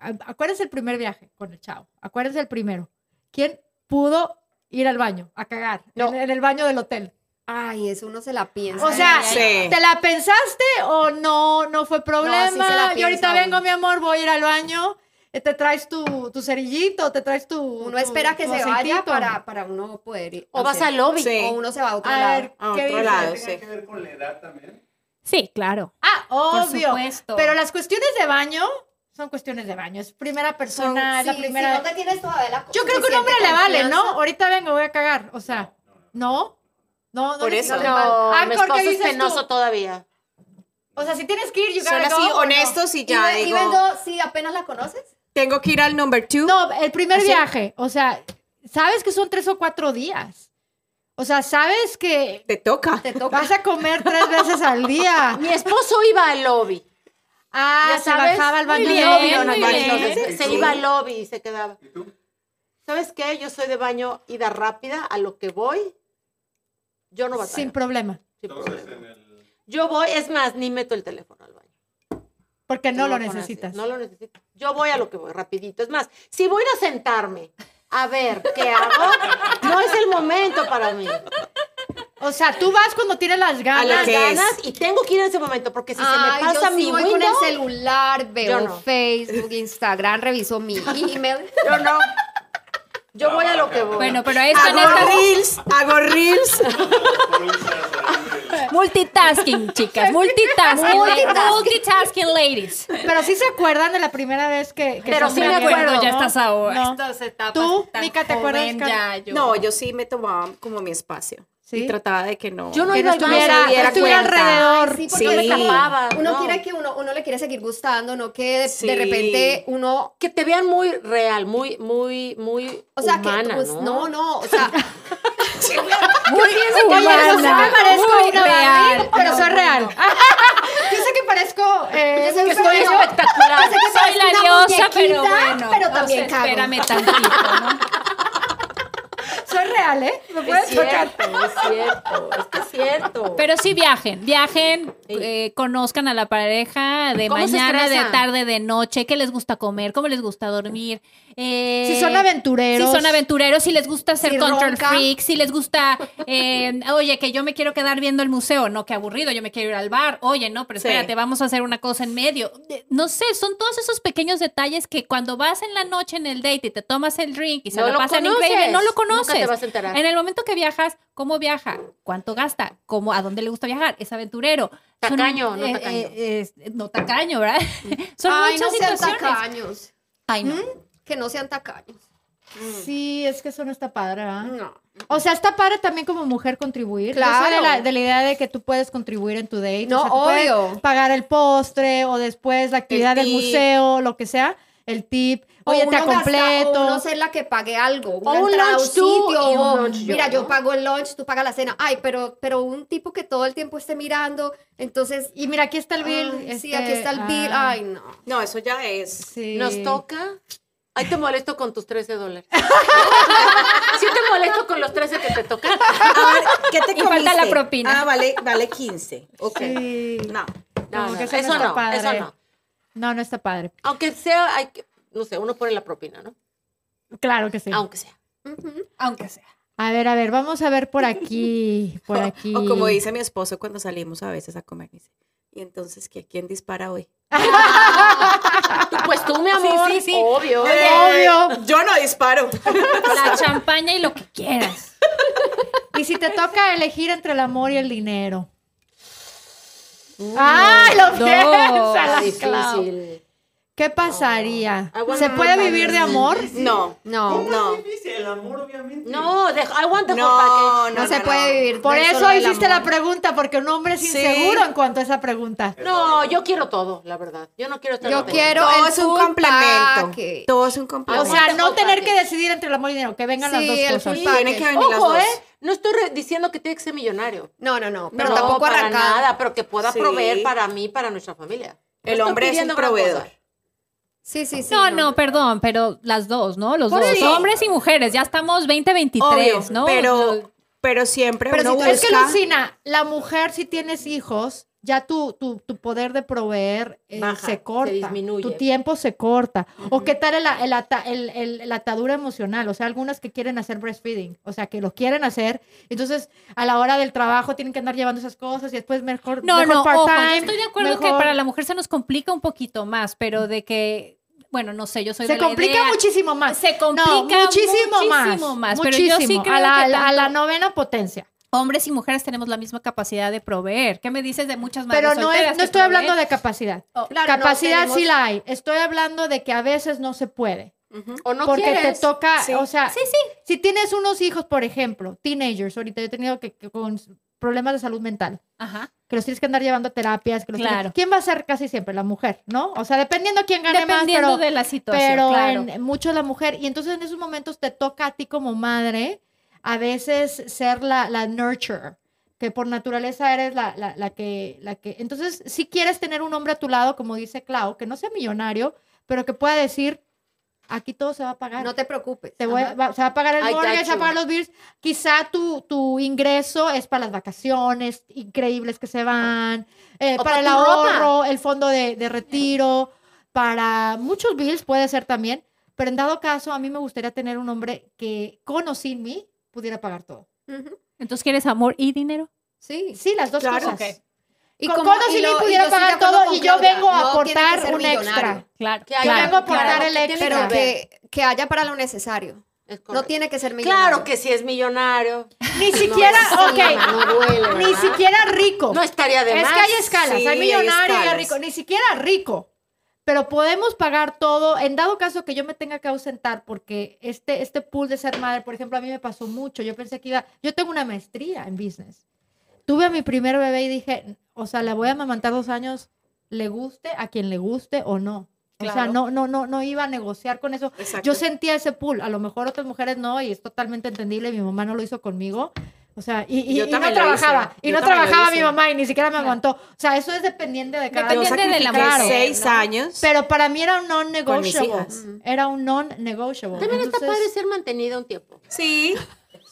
[SPEAKER 1] A- Acuérdense el primer viaje con el chavo. Acuérdense el primero. ¿Quién pudo ir al baño, a cagar,
[SPEAKER 2] No.
[SPEAKER 1] en, en el baño del hotel?
[SPEAKER 4] Ay, eso uno se la piensa.
[SPEAKER 1] O sea,
[SPEAKER 3] ay,
[SPEAKER 5] Sí.
[SPEAKER 1] ¿te la pensaste o no, no fue problema?
[SPEAKER 4] No, sí se la
[SPEAKER 1] Yo ahorita
[SPEAKER 4] piensa
[SPEAKER 1] vengo,
[SPEAKER 4] uno.
[SPEAKER 1] mi amor, voy a ir al baño. eh, te traes tu, tu cerillito, te traes tu.
[SPEAKER 4] Uno
[SPEAKER 1] tu-
[SPEAKER 4] espera que
[SPEAKER 1] tu
[SPEAKER 4] se
[SPEAKER 1] aceitito.
[SPEAKER 4] vaya para, para uno poder ir.
[SPEAKER 2] O
[SPEAKER 4] no
[SPEAKER 2] vas
[SPEAKER 4] sé,
[SPEAKER 2] al lobby.
[SPEAKER 5] Sí.
[SPEAKER 4] O uno se va a otro
[SPEAKER 1] A
[SPEAKER 4] lado.
[SPEAKER 1] ver,
[SPEAKER 5] A
[SPEAKER 1] ¿qué
[SPEAKER 5] otro
[SPEAKER 1] dice?
[SPEAKER 5] lado,
[SPEAKER 6] ¿Tiene
[SPEAKER 5] sí.
[SPEAKER 6] que ver con la edad también?
[SPEAKER 3] Sí, claro.
[SPEAKER 1] Ah, obvio.
[SPEAKER 3] Por supuesto.
[SPEAKER 1] Pero las cuestiones de baño son cuestiones de baño. Es primera persona, es la
[SPEAKER 4] Sí,
[SPEAKER 1] primera.
[SPEAKER 4] si no te tienes todavía la
[SPEAKER 1] Yo creo que un hombre le vale, ¿no? Ahorita vengo, voy a cagar. O sea, no. No, no.
[SPEAKER 5] Por
[SPEAKER 1] les-
[SPEAKER 5] eso.
[SPEAKER 1] les vale.
[SPEAKER 2] No,
[SPEAKER 1] Ah,
[SPEAKER 2] mi
[SPEAKER 1] ¿por qué
[SPEAKER 2] esposo es
[SPEAKER 1] dices tú?
[SPEAKER 2] penoso todavía.
[SPEAKER 1] O sea, si tienes que ir, yo
[SPEAKER 5] Son así honestos y ya
[SPEAKER 4] y,
[SPEAKER 5] digo,
[SPEAKER 4] vendo, si apenas la conoces,
[SPEAKER 5] tengo que ir al number two.
[SPEAKER 1] No, el primer
[SPEAKER 5] Así.
[SPEAKER 1] viaje. O sea, sabes que son tres o cuatro días. O sea, sabes que
[SPEAKER 5] Te toca.
[SPEAKER 4] te toca.
[SPEAKER 1] vas a comer tres veces al día.
[SPEAKER 2] Mi esposo iba al lobby.
[SPEAKER 1] Ah,
[SPEAKER 2] Ya
[SPEAKER 1] se
[SPEAKER 2] sabes,
[SPEAKER 1] bajaba al baño.
[SPEAKER 3] muy
[SPEAKER 1] y
[SPEAKER 3] bien,
[SPEAKER 1] obvio,
[SPEAKER 3] muy
[SPEAKER 1] no,
[SPEAKER 3] bien.
[SPEAKER 1] no,
[SPEAKER 2] Entonces,
[SPEAKER 6] Sí,
[SPEAKER 2] se
[SPEAKER 6] sí.
[SPEAKER 2] iba al lobby y se quedaba.
[SPEAKER 6] ¿Y tú?
[SPEAKER 2] ¿Sabes qué? Yo soy de baño ida rápida, a lo que voy, yo no
[SPEAKER 1] no,
[SPEAKER 2] batallo.
[SPEAKER 1] Sin problema.
[SPEAKER 2] sin
[SPEAKER 6] Entonces,
[SPEAKER 2] problema.
[SPEAKER 6] en el...
[SPEAKER 2] Yo voy, es más, ni meto el teléfono al baño.
[SPEAKER 1] Porque no lo
[SPEAKER 2] Te voy a poner así,
[SPEAKER 1] necesitas.
[SPEAKER 2] No lo necesito. Yo voy a lo que voy, rapidito. Es más, si voy a ir a sentarme a ver qué hago, no es el momento para mí.
[SPEAKER 1] O sea, tú vas cuando tienes las ganas.
[SPEAKER 5] lo
[SPEAKER 2] Las
[SPEAKER 5] que es.
[SPEAKER 2] ganas y tengo que ir en ese momento, porque si
[SPEAKER 4] Ay,
[SPEAKER 2] se me pasa
[SPEAKER 4] yo sí
[SPEAKER 2] mi
[SPEAKER 4] voy con el
[SPEAKER 2] window,
[SPEAKER 4] celular, veo
[SPEAKER 2] Yo no.
[SPEAKER 4] Facebook, Instagram, reviso mi email.
[SPEAKER 2] yo no. Yo voy a lo que voy.
[SPEAKER 3] Bueno, pero esto en
[SPEAKER 5] Hago
[SPEAKER 3] estas-
[SPEAKER 5] reels, hago reels.
[SPEAKER 3] Multitasking, chicas. Multitasking.
[SPEAKER 4] Multitasking.
[SPEAKER 3] Multitasking, ladies.
[SPEAKER 1] Pero sí se acuerdan de la primera vez que. que
[SPEAKER 2] Pero
[SPEAKER 1] se
[SPEAKER 2] sí me
[SPEAKER 1] salieron,
[SPEAKER 2] acuerdo,
[SPEAKER 1] ¿no?
[SPEAKER 3] ya estás ahora.
[SPEAKER 1] No.
[SPEAKER 3] Estas etapas
[SPEAKER 1] Tú,
[SPEAKER 3] tan
[SPEAKER 1] Mica, ¿te acuerdas,
[SPEAKER 3] joven,
[SPEAKER 1] Karen?
[SPEAKER 3] ya yo-
[SPEAKER 5] No, yo sí me tomaba como mi espacio.
[SPEAKER 1] Sí.
[SPEAKER 5] Y trataba de que no.
[SPEAKER 2] Yo no
[SPEAKER 1] Que no
[SPEAKER 2] iba al baño.
[SPEAKER 1] estuviera,
[SPEAKER 5] se diera
[SPEAKER 1] estuviera
[SPEAKER 5] cuenta.
[SPEAKER 1] alrededor.
[SPEAKER 4] Sí,
[SPEAKER 5] Sí.
[SPEAKER 4] porque uno,
[SPEAKER 5] Sí.
[SPEAKER 2] Tapaba,
[SPEAKER 4] uno
[SPEAKER 2] no.
[SPEAKER 4] quiere que uno, uno le quiere seguir gustando, no que de,
[SPEAKER 5] Sí.
[SPEAKER 4] de repente uno.
[SPEAKER 2] que te vean muy real, muy, muy, muy
[SPEAKER 4] O sea,
[SPEAKER 2] humana,
[SPEAKER 4] que pues,
[SPEAKER 2] ¿no?
[SPEAKER 4] no, no, o sea,
[SPEAKER 3] Muy
[SPEAKER 1] Oye, yo sé
[SPEAKER 3] humana,
[SPEAKER 1] que parezco
[SPEAKER 3] muy
[SPEAKER 1] Ina
[SPEAKER 3] real.
[SPEAKER 1] Barril, pero soy real. yo sé que parezco. eh,
[SPEAKER 4] Yo sé que
[SPEAKER 1] pero
[SPEAKER 4] soy
[SPEAKER 1] yo-
[SPEAKER 3] espectacular.
[SPEAKER 4] Yo sé que
[SPEAKER 3] Soy
[SPEAKER 4] parezco
[SPEAKER 3] la
[SPEAKER 4] una
[SPEAKER 3] diosa, pero
[SPEAKER 4] muñequita,
[SPEAKER 3] bueno.
[SPEAKER 4] pero
[SPEAKER 3] o sea,
[SPEAKER 4] también cago.
[SPEAKER 3] Espérame tantito, ¿no?
[SPEAKER 1] soy real, ¿eh? ¿Me
[SPEAKER 2] Es
[SPEAKER 1] puedes tocar?
[SPEAKER 2] cierto, es cierto, es que es cierto.
[SPEAKER 3] Pero sí viajen, viajen,
[SPEAKER 2] Sí.
[SPEAKER 3] eh, conozcan a la pareja de
[SPEAKER 2] ¿Cómo se
[SPEAKER 3] mañana, de
[SPEAKER 2] estresan?
[SPEAKER 3] tarde, de noche, qué les gusta comer, cómo les gusta dormir. eh,
[SPEAKER 1] Si son aventureros.
[SPEAKER 3] Si son aventureros, si les gusta ser
[SPEAKER 4] Si
[SPEAKER 3] control
[SPEAKER 4] ronca.
[SPEAKER 3] freak, si les gusta, eh, oye, que yo me quiero quedar viendo el museo, no, qué aburrido, yo me quiero ir al bar, oye, no, pero
[SPEAKER 5] Sí.
[SPEAKER 3] espérate, vamos a hacer una cosa en medio. Eh, No sé, son todos esos pequeños detalles que cuando vas en la noche en el date y te tomas el drink y se
[SPEAKER 2] No
[SPEAKER 3] lo
[SPEAKER 2] lo
[SPEAKER 3] pasan
[SPEAKER 2] conoces,
[SPEAKER 3] increíble, no
[SPEAKER 2] nunca
[SPEAKER 3] lo
[SPEAKER 2] te
[SPEAKER 3] conoces.
[SPEAKER 2] vas a enterar.
[SPEAKER 3] En el momento que viajas, ¿cómo viaja? ¿Cuánto gasta? ¿Cómo, ¿A dónde le gusta viajar? ¿Es aventurero? Son-
[SPEAKER 2] Tacaño, no
[SPEAKER 3] eh,
[SPEAKER 2] tacaño.
[SPEAKER 3] eh, es- no tacaño, ¿verdad? Son
[SPEAKER 4] ay,
[SPEAKER 3] muchas
[SPEAKER 4] no sean
[SPEAKER 3] situaciones.
[SPEAKER 4] tacaños.
[SPEAKER 3] Ay, no.
[SPEAKER 4] Que no sean tacaños.
[SPEAKER 1] Sí, es que eso no está padre, ¿verdad?
[SPEAKER 4] No.
[SPEAKER 1] O sea, está padre también como mujer contribuir. Yo
[SPEAKER 4] Claro.
[SPEAKER 1] soy de la, de la idea de que tú puedes contribuir en tu date.
[SPEAKER 4] No,
[SPEAKER 1] o sea, tú puedes
[SPEAKER 4] obvio.
[SPEAKER 1] Pagar el postre o después la actividad del
[SPEAKER 5] tip.
[SPEAKER 1] museo, lo que sea, el tip. Oye, te
[SPEAKER 4] uno gasta,
[SPEAKER 1] completo.
[SPEAKER 4] o uno ser la que pague algo. Una
[SPEAKER 2] un
[SPEAKER 4] entrada a
[SPEAKER 2] lunch tú y un
[SPEAKER 4] o,
[SPEAKER 2] lunch yo,
[SPEAKER 4] Mira, yo
[SPEAKER 2] ¿no?
[SPEAKER 4] pago el lunch, tú pagas la cena. Ay, pero, pero un tipo que todo el tiempo esté mirando, entonces...
[SPEAKER 1] Y mira, aquí está el bill.
[SPEAKER 4] ay, Ah, sí,
[SPEAKER 1] este,
[SPEAKER 4] aquí está el bill.
[SPEAKER 1] ah,
[SPEAKER 4] Ay, no.
[SPEAKER 5] No, eso ya es.
[SPEAKER 1] sí.
[SPEAKER 2] Nos toca. Ahí te molesto con tus 13 dólares. sí te molesto con los 13 que te tocan.
[SPEAKER 5] A ver, ¿qué te
[SPEAKER 3] Y falta
[SPEAKER 5] comiste?
[SPEAKER 3] la propina.
[SPEAKER 5] Ah, vale, vale 15. Ok.
[SPEAKER 1] Sí.
[SPEAKER 5] No.
[SPEAKER 2] No,
[SPEAKER 1] Como
[SPEAKER 2] no,
[SPEAKER 1] que
[SPEAKER 2] eso,
[SPEAKER 1] eso no está
[SPEAKER 2] no,
[SPEAKER 1] padre.
[SPEAKER 2] eso no.
[SPEAKER 1] No, no está padre.
[SPEAKER 2] Aunque sea, hay que, no sé, uno pone la propina, ¿no?
[SPEAKER 1] Claro que sí.
[SPEAKER 2] Aunque sea.
[SPEAKER 4] Ujú.
[SPEAKER 3] Aunque sea.
[SPEAKER 1] A ver, a ver, vamos a ver por aquí. Por aquí.
[SPEAKER 5] O como dice mi esposo cuando salimos a veces a comer, dice, ¿y entonces qué? ¿Quién dispara hoy?
[SPEAKER 2] Tú, Pues tú, mi amor,
[SPEAKER 3] sí, sí.
[SPEAKER 2] obvio.
[SPEAKER 1] Obvio.
[SPEAKER 5] Yo no disparo.
[SPEAKER 3] La champaña y lo que quieras.
[SPEAKER 1] Y si te toca elegir entre el amor y el dinero. ¡Ay, lo
[SPEAKER 3] dos.
[SPEAKER 1] piensa la Clau.
[SPEAKER 2] Difícil.
[SPEAKER 1] ¿Qué pasaría?
[SPEAKER 2] I want
[SPEAKER 1] ¿Se
[SPEAKER 2] my
[SPEAKER 1] puede
[SPEAKER 2] money.
[SPEAKER 1] vivir de amor?
[SPEAKER 5] No.
[SPEAKER 4] No.
[SPEAKER 5] No.
[SPEAKER 6] Es difícil, el amor, obviamente.
[SPEAKER 2] No, de, I want the whole
[SPEAKER 5] No,
[SPEAKER 4] No, se puede vivir.
[SPEAKER 1] Por
[SPEAKER 4] del
[SPEAKER 1] eso
[SPEAKER 4] solo del
[SPEAKER 1] hiciste la
[SPEAKER 4] amor.
[SPEAKER 1] pregunta, porque un hombre es
[SPEAKER 5] Sí.
[SPEAKER 1] inseguro en cuanto a esa pregunta.
[SPEAKER 2] package. No, yo quiero todo, la verdad. Yo no quiero estar
[SPEAKER 4] Yo
[SPEAKER 2] enamorada.
[SPEAKER 4] quiero
[SPEAKER 5] Todo
[SPEAKER 4] el
[SPEAKER 5] es un
[SPEAKER 4] full
[SPEAKER 5] complemento.
[SPEAKER 4] package.
[SPEAKER 5] Todo es un complemento.
[SPEAKER 1] O sea, no
[SPEAKER 2] Ojo,
[SPEAKER 1] tener que
[SPEAKER 2] package.
[SPEAKER 1] decidir entre el amor y el dinero, que vengan
[SPEAKER 4] Sí,
[SPEAKER 1] las
[SPEAKER 4] el
[SPEAKER 1] dos
[SPEAKER 4] full
[SPEAKER 1] cosas.
[SPEAKER 4] package.
[SPEAKER 5] Tienen que venir las
[SPEAKER 2] Ojo,
[SPEAKER 5] dos.
[SPEAKER 2] ¿eh? No estoy re- diciendo que tiene que ser millonario.
[SPEAKER 4] No, no, no. Pero
[SPEAKER 2] No,
[SPEAKER 4] tampoco
[SPEAKER 2] para
[SPEAKER 4] arrancada.
[SPEAKER 2] nada, pero que pueda
[SPEAKER 5] Sí.
[SPEAKER 2] proveer para mí, para nuestra familia. No
[SPEAKER 5] El
[SPEAKER 2] estoy
[SPEAKER 5] hombre es un
[SPEAKER 2] pidiendo gran
[SPEAKER 5] proveedor.
[SPEAKER 2] cosa.
[SPEAKER 4] Sí, sí, sí.
[SPEAKER 3] No, no, perdón, pero las dos, ¿no? Los
[SPEAKER 5] Por
[SPEAKER 3] dos,
[SPEAKER 5] eso.
[SPEAKER 3] hombres y mujeres, ya estamos 2023,
[SPEAKER 5] Obvio,
[SPEAKER 3] ¿no?
[SPEAKER 5] pero, pero siempre
[SPEAKER 4] Pero
[SPEAKER 5] uno
[SPEAKER 4] si tú-
[SPEAKER 5] busca...
[SPEAKER 1] Es que, Lucina, la mujer, si tienes hijos, ya tu, tu, tu poder de proveer eh,
[SPEAKER 2] Baja,
[SPEAKER 1] se
[SPEAKER 2] se
[SPEAKER 1] corta.
[SPEAKER 2] disminuye.
[SPEAKER 1] Tu tiempo se corta. O qué tal el- el ata- el- el- la atadura emocional. O sea, algunas que quieren hacer breastfeeding. O sea, que lo quieren hacer. Entonces, a la hora del trabajo tienen que andar llevando esas cosas y después mejor,
[SPEAKER 3] No,
[SPEAKER 1] mejor
[SPEAKER 3] no, ojo, yo
[SPEAKER 1] part-time,
[SPEAKER 3] estoy de acuerdo que
[SPEAKER 1] mejor-
[SPEAKER 3] para la mujer se nos complica un poquito más, pero de que Bueno, no sé, yo soy
[SPEAKER 1] Se
[SPEAKER 3] de la
[SPEAKER 1] complica
[SPEAKER 3] idea-
[SPEAKER 1] muchísimo más.
[SPEAKER 3] Se complica
[SPEAKER 1] No, muchísimo,
[SPEAKER 3] muchísimo
[SPEAKER 1] más.
[SPEAKER 3] más, pero yo
[SPEAKER 1] Muchísimo.
[SPEAKER 3] sí creo
[SPEAKER 1] a, la,
[SPEAKER 3] que
[SPEAKER 1] a la
[SPEAKER 3] tanto-
[SPEAKER 1] novena potencia.
[SPEAKER 3] Hombres y mujeres tenemos la misma capacidad de proveer. ¿Qué me dices de muchas madres
[SPEAKER 1] Pero no, es-
[SPEAKER 3] solteras
[SPEAKER 1] no
[SPEAKER 3] que
[SPEAKER 1] estoy
[SPEAKER 3] proveen?
[SPEAKER 1] hablando de capacidad.
[SPEAKER 3] Oh,
[SPEAKER 4] Claro, no
[SPEAKER 1] capacidad sí
[SPEAKER 4] tenemos-
[SPEAKER 1] la hay. Estoy hablando de que a veces no se puede.
[SPEAKER 5] Ujú.
[SPEAKER 2] O no
[SPEAKER 1] porque
[SPEAKER 2] quieres.
[SPEAKER 1] te toca,
[SPEAKER 5] Sí.
[SPEAKER 1] o sea,
[SPEAKER 3] Sí, sí.
[SPEAKER 1] si tienes unos hijos, por ejemplo, teenagers, ahorita yo he tenido que, que con problemas de salud mental,
[SPEAKER 3] Ajá.
[SPEAKER 1] que los tienes que andar llevando a terapias, que los tienes-
[SPEAKER 3] Claro.
[SPEAKER 1] ¿Quién va a ser casi siempre? La mujer, ¿no? O sea, dependiendo quién gane más,
[SPEAKER 3] Dependiendo
[SPEAKER 1] pero,
[SPEAKER 3] de la situación,
[SPEAKER 1] pero
[SPEAKER 3] claro.
[SPEAKER 1] en- mucho la mujer. Y entonces en esos momentos te toca a ti como madre a veces ser la, la nurturer, que por naturaleza eres la, la, la que, la que... Entonces, si quieres tener un hombre a tu lado, como dice Clau, que no sea millonario, pero que pueda decir, aquí todo se va a pagar.
[SPEAKER 4] No te preocupes.
[SPEAKER 1] Te voy-
[SPEAKER 4] Ajá.
[SPEAKER 1] va- se va a pagar el
[SPEAKER 2] I got
[SPEAKER 1] mortgage, se va a
[SPEAKER 2] you.
[SPEAKER 1] pagar los bills. Quizá tu, tu ingreso es para las vacaciones increíbles que se van, eh,
[SPEAKER 2] O
[SPEAKER 1] para
[SPEAKER 2] para
[SPEAKER 1] el
[SPEAKER 2] tu ropa.
[SPEAKER 1] ahorro, el fondo de, de retiro, para muchos bills puede ser también. Pero en dado caso, a mí me gustaría tener un hombre que con o sin mí pudiera pagar todo.
[SPEAKER 4] Ujú.
[SPEAKER 3] Entonces, ¿quieres amor y dinero?
[SPEAKER 4] Sí.
[SPEAKER 1] Sí, las dos
[SPEAKER 5] Claro.
[SPEAKER 1] cosas.
[SPEAKER 3] Ok.
[SPEAKER 4] Y
[SPEAKER 1] con,
[SPEAKER 4] como-
[SPEAKER 1] con o
[SPEAKER 4] y
[SPEAKER 1] sin
[SPEAKER 4] lo-
[SPEAKER 1] mí
[SPEAKER 4] y
[SPEAKER 1] pudiera
[SPEAKER 4] yo estoy de
[SPEAKER 1] pagar
[SPEAKER 4] acuerdo
[SPEAKER 1] todo
[SPEAKER 4] con
[SPEAKER 1] y yo
[SPEAKER 4] Claudia,
[SPEAKER 1] vengo a
[SPEAKER 4] no tiene que
[SPEAKER 1] aportar
[SPEAKER 4] ser
[SPEAKER 1] un extra.
[SPEAKER 4] millonario.
[SPEAKER 3] Claro.
[SPEAKER 2] Que haya-
[SPEAKER 1] Yo
[SPEAKER 3] claro,
[SPEAKER 1] vengo a aportar
[SPEAKER 3] claro.
[SPEAKER 1] el
[SPEAKER 2] Tiene que
[SPEAKER 1] extra.
[SPEAKER 2] haber.
[SPEAKER 4] Que, que haya para lo necesario.
[SPEAKER 2] Es
[SPEAKER 4] No
[SPEAKER 2] correcto.
[SPEAKER 4] tiene que ser millonario.
[SPEAKER 2] Claro que si es millonario.
[SPEAKER 1] Ni
[SPEAKER 2] No,
[SPEAKER 1] siquiera,
[SPEAKER 2] sí,
[SPEAKER 1] ok,
[SPEAKER 2] no duele,
[SPEAKER 1] ni
[SPEAKER 2] ¿verdad?
[SPEAKER 1] siquiera rico.
[SPEAKER 2] No estaría de
[SPEAKER 1] Oh. Es
[SPEAKER 2] más.
[SPEAKER 1] que hay escalas,
[SPEAKER 5] sí,
[SPEAKER 1] hay millonario,
[SPEAKER 5] hay
[SPEAKER 1] hay,
[SPEAKER 5] escalas.
[SPEAKER 1] rico, ni siquiera rico. Pero podemos pagar todo, en dado caso que yo me tenga que ausentar, porque este, este pool de ser madre, por ejemplo, a mí me pasó mucho. Yo pensé que iba, yo tengo una maestría en business. Tuve a mi primer bebé y dije, o sea, la voy a amamantar dos años, le guste a quien le guste o no. O sea,
[SPEAKER 3] Claro.
[SPEAKER 1] no, no, no, no iba a negociar con eso.
[SPEAKER 5] Exacto.
[SPEAKER 1] Yo sentía ese pool, a lo mejor otras mujeres no, y es totalmente entendible, mi mamá no lo hizo conmigo, o sea, y, y- y
[SPEAKER 5] Yo
[SPEAKER 1] no
[SPEAKER 5] también lo
[SPEAKER 1] trabajaba,
[SPEAKER 5] hice,
[SPEAKER 1] y
[SPEAKER 5] yo
[SPEAKER 1] no
[SPEAKER 5] también lo
[SPEAKER 1] trabajaba mi
[SPEAKER 5] hice.
[SPEAKER 1] mamá y ni siquiera me aguantó, o sea, eso es dependiente de cada
[SPEAKER 5] Yo
[SPEAKER 1] uno.
[SPEAKER 3] Dependiente de la
[SPEAKER 5] sacrifiqué
[SPEAKER 1] mujer,
[SPEAKER 5] seis
[SPEAKER 3] ¿no?
[SPEAKER 5] años.
[SPEAKER 1] Pero para mí era un
[SPEAKER 5] Con mis
[SPEAKER 1] non-negotiable,
[SPEAKER 5] hijas.
[SPEAKER 1] Ujú. era un non-negotiable.
[SPEAKER 2] También está padre
[SPEAKER 1] Entonces,
[SPEAKER 2] ser mantenida un tiempo.
[SPEAKER 5] sí.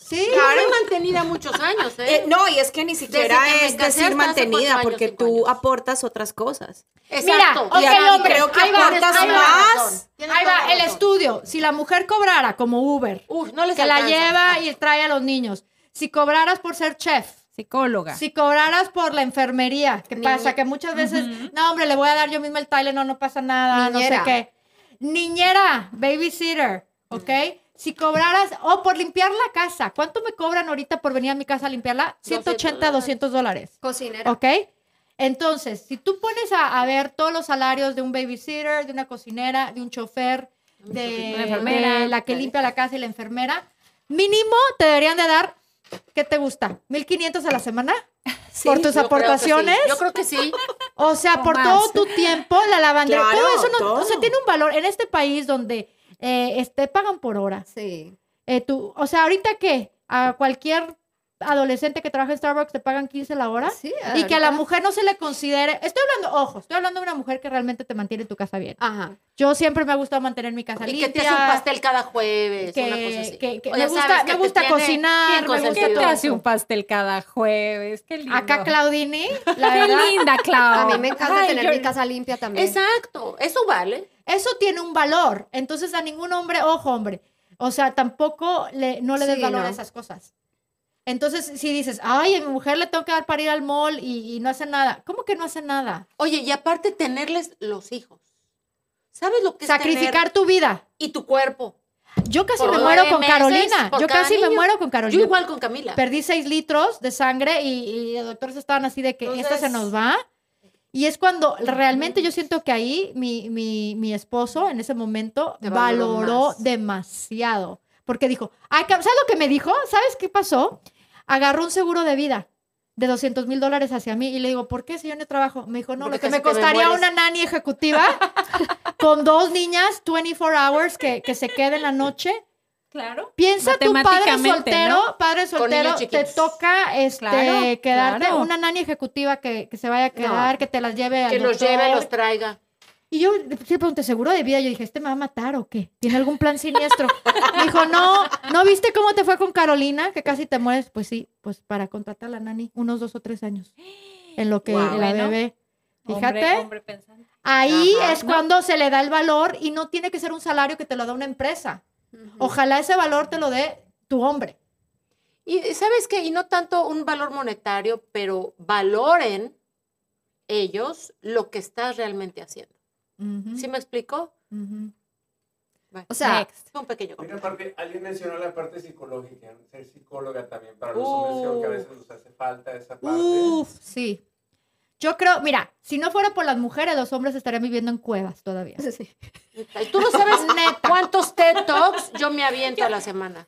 [SPEAKER 1] Sí,
[SPEAKER 5] Claro.
[SPEAKER 2] Yo fui mantenida muchos años, ¿eh?
[SPEAKER 5] Eh, no, y es que ni siquiera
[SPEAKER 2] Desde que me casé
[SPEAKER 5] es
[SPEAKER 2] hasta
[SPEAKER 5] decir
[SPEAKER 2] hace
[SPEAKER 5] mantenida,
[SPEAKER 2] cuatro años,
[SPEAKER 5] porque
[SPEAKER 2] cinco
[SPEAKER 5] tú
[SPEAKER 2] años.
[SPEAKER 5] aportas otras cosas.
[SPEAKER 1] mira,
[SPEAKER 2] Exacto.
[SPEAKER 1] ok,
[SPEAKER 5] Y aquí
[SPEAKER 1] hombre,
[SPEAKER 5] creo que
[SPEAKER 1] ahí va,
[SPEAKER 5] aportas
[SPEAKER 1] ahí va.
[SPEAKER 5] más.
[SPEAKER 2] Tienes
[SPEAKER 1] Ahí
[SPEAKER 2] toda
[SPEAKER 1] va,
[SPEAKER 2] la
[SPEAKER 1] el
[SPEAKER 2] razón.
[SPEAKER 1] estudio, si la mujer cobrara como Uber,
[SPEAKER 2] Uf, no les
[SPEAKER 1] que la
[SPEAKER 2] alcanza. Ah.
[SPEAKER 1] lleva y trae a los niños, si cobraras por ser chef,
[SPEAKER 3] Psicóloga.
[SPEAKER 1] Si cobraras por la enfermería, ¿qué
[SPEAKER 4] Ni-
[SPEAKER 1] pasa? Que muchas veces, no, hombre, le voy a dar yo misma el Tylenol, no pasa nada, no sé
[SPEAKER 4] Niñera.
[SPEAKER 1] qué. Niñera, babysitter, ¿ok? Si cobraras, o por limpiar la casa, ¿cuánto me cobran ahorita por venir a mi casa a limpiarla? 180, 200 dólares,
[SPEAKER 4] Cocinera.
[SPEAKER 1] ¿ok? Entonces, si tú pones a, a ver todos los salarios de un babysitter, de una cocinera, de un chofer, de,
[SPEAKER 3] Una enfermera.
[SPEAKER 1] de la que limpia la casa y la enfermera, mínimo te deberían de dar, ¿qué te gusta? ¿1500 a la semana? por tus
[SPEAKER 2] Yo creo que sí.
[SPEAKER 1] aportaciones.
[SPEAKER 2] Yo creo que sí.
[SPEAKER 1] O sea,
[SPEAKER 3] O
[SPEAKER 1] por
[SPEAKER 3] más.
[SPEAKER 1] todo tu tiempo, la lavandería,
[SPEAKER 5] Claro,
[SPEAKER 1] todo eso no, o
[SPEAKER 5] todo.
[SPEAKER 1] sea, tiene un valor en este país donde eh, este, pagan por hora.
[SPEAKER 4] Sí.
[SPEAKER 1] Eh, tú, o sea, ahorita que a cualquier adolescente que trabaja en Starbucks te pagan 15 la hora
[SPEAKER 4] Sí,
[SPEAKER 1] y que a la
[SPEAKER 4] ahorita.
[SPEAKER 1] mujer no se le considere, estoy hablando, ojo, estoy hablando de una mujer que realmente te mantiene tu casa bien.
[SPEAKER 4] Ajá.
[SPEAKER 1] Yo siempre me ha gustado mantener mi casa
[SPEAKER 2] Y
[SPEAKER 1] limpia.
[SPEAKER 2] que te hace un pastel cada jueves,
[SPEAKER 1] que-
[SPEAKER 2] una cosa así.
[SPEAKER 1] que- que
[SPEAKER 2] O
[SPEAKER 1] me
[SPEAKER 2] ya
[SPEAKER 1] gusta-
[SPEAKER 2] sabes
[SPEAKER 1] me
[SPEAKER 2] que te
[SPEAKER 1] gusta
[SPEAKER 2] tiene
[SPEAKER 1] cocinar,
[SPEAKER 2] bien
[SPEAKER 1] me
[SPEAKER 3] ¿Por
[SPEAKER 1] gusta
[SPEAKER 3] qué
[SPEAKER 2] consentido.
[SPEAKER 3] te hace un pastel cada jueves? Qué lindo.
[SPEAKER 1] Acá Claudini, la
[SPEAKER 3] Qué
[SPEAKER 1] verdad,
[SPEAKER 3] linda, Clau.
[SPEAKER 4] A mí me encanta
[SPEAKER 3] Ah, Ay,
[SPEAKER 4] tener
[SPEAKER 3] yo-
[SPEAKER 4] mi casa limpia también.
[SPEAKER 2] Exacto, eso vale.
[SPEAKER 1] eso tiene un valor. Entonces a ningún hombre, ojo hombre, o sea, tampoco le, no le des
[SPEAKER 4] Sí,
[SPEAKER 1] valor a
[SPEAKER 4] no.
[SPEAKER 1] esas cosas. Entonces, si dices, ay, a mi mujer le tengo que dar para ir al mall y, y no hace nada, ¿cómo que no hace nada?
[SPEAKER 2] Oye, y aparte tenerles los hijos. ¿Sabes lo que es
[SPEAKER 1] Sacrificar
[SPEAKER 2] tener-
[SPEAKER 1] tu vida.
[SPEAKER 2] y tu cuerpo?
[SPEAKER 1] Yo casi
[SPEAKER 2] Por
[SPEAKER 1] me
[SPEAKER 2] nueve
[SPEAKER 1] muero con
[SPEAKER 2] meses,
[SPEAKER 1] Carolina.
[SPEAKER 2] por
[SPEAKER 1] Yo
[SPEAKER 2] cada
[SPEAKER 1] casi me
[SPEAKER 2] niño.
[SPEAKER 1] muero con Carolina.
[SPEAKER 2] Yo igual con Camila.
[SPEAKER 1] Perdí seis litros de sangre y, y los doctores estaban así de que esta se
[SPEAKER 2] Entonces-
[SPEAKER 1] nos va. Y es cuando realmente yo siento que ahí mi, mi, mi esposo en ese momento
[SPEAKER 2] Te valoró
[SPEAKER 1] valoró
[SPEAKER 2] más.
[SPEAKER 1] demasiado. Porque dijo, "Ay, cab- ¿sabes lo que me dijo? ¿Sabes qué pasó? Agarró un seguro de vida de 200 mil dólares hacia mí y le digo, ¿por qué si yo no trabajo? Me dijo, no,
[SPEAKER 2] Porque
[SPEAKER 1] lo que
[SPEAKER 2] casi
[SPEAKER 1] me
[SPEAKER 2] te me
[SPEAKER 1] costaría
[SPEAKER 2] mueres".
[SPEAKER 1] una nani ejecutiva con dos niñas 24 hours que, que se quede en la noche
[SPEAKER 3] Claro.
[SPEAKER 1] Piensa tú, padre
[SPEAKER 3] Matemáticamente,
[SPEAKER 1] soltero,
[SPEAKER 3] ¿no?
[SPEAKER 1] padre soltero,
[SPEAKER 2] niños
[SPEAKER 1] te
[SPEAKER 2] chiquitos.
[SPEAKER 1] toca este,
[SPEAKER 3] Claro,
[SPEAKER 1] quedarte
[SPEAKER 3] claro.
[SPEAKER 1] una nani ejecutiva que, que se vaya a quedar, que te las lleve al
[SPEAKER 2] que los
[SPEAKER 1] doctor.
[SPEAKER 2] lleve, los traiga.
[SPEAKER 1] Y yo le pregunté, ¿seguro de vida? Yo dije, ¿este me va a matar o qué? ¿Tiene algún plan siniestro? Me dijo, no, ¿no viste cómo te fue con Carolina? Que casi te mueres. Pues sí, pues para contratar a la nani, unos dos o tres años. En lo que
[SPEAKER 5] Wow.
[SPEAKER 1] la
[SPEAKER 3] Bueno.
[SPEAKER 1] bebé. Fíjate,
[SPEAKER 3] Hombre, hombre pensante.
[SPEAKER 1] ahí
[SPEAKER 2] Ajá.
[SPEAKER 1] es cuando se le da el valor y no tiene que ser un salario que te lo da una empresa.
[SPEAKER 4] Mm.
[SPEAKER 1] Ojalá ese valor te lo dé tu hombre.
[SPEAKER 2] Y sabes qué, y no tanto un valor monetario, pero valoren ellos lo que estás realmente haciendo.
[SPEAKER 1] Ujú.
[SPEAKER 2] ¿Sí me explico?
[SPEAKER 1] Ujú.
[SPEAKER 2] Bueno,
[SPEAKER 1] Ah.
[SPEAKER 4] O sea,
[SPEAKER 7] Next.
[SPEAKER 2] un pequeño
[SPEAKER 6] Oiga,
[SPEAKER 2] comentario.
[SPEAKER 6] aparte, alguien mencionó la parte psicológica, ser psicóloga también para los hombres,
[SPEAKER 2] Uh.
[SPEAKER 6] creo que a veces nos hace falta esa parte.
[SPEAKER 1] Uf, sí. Yo creo, mira, si no fuera por las mujeres, los hombres estarían viviendo en cuevas todavía.
[SPEAKER 2] Ay, Tú no sabes cuántos TED Talks yo me aviento a la semana.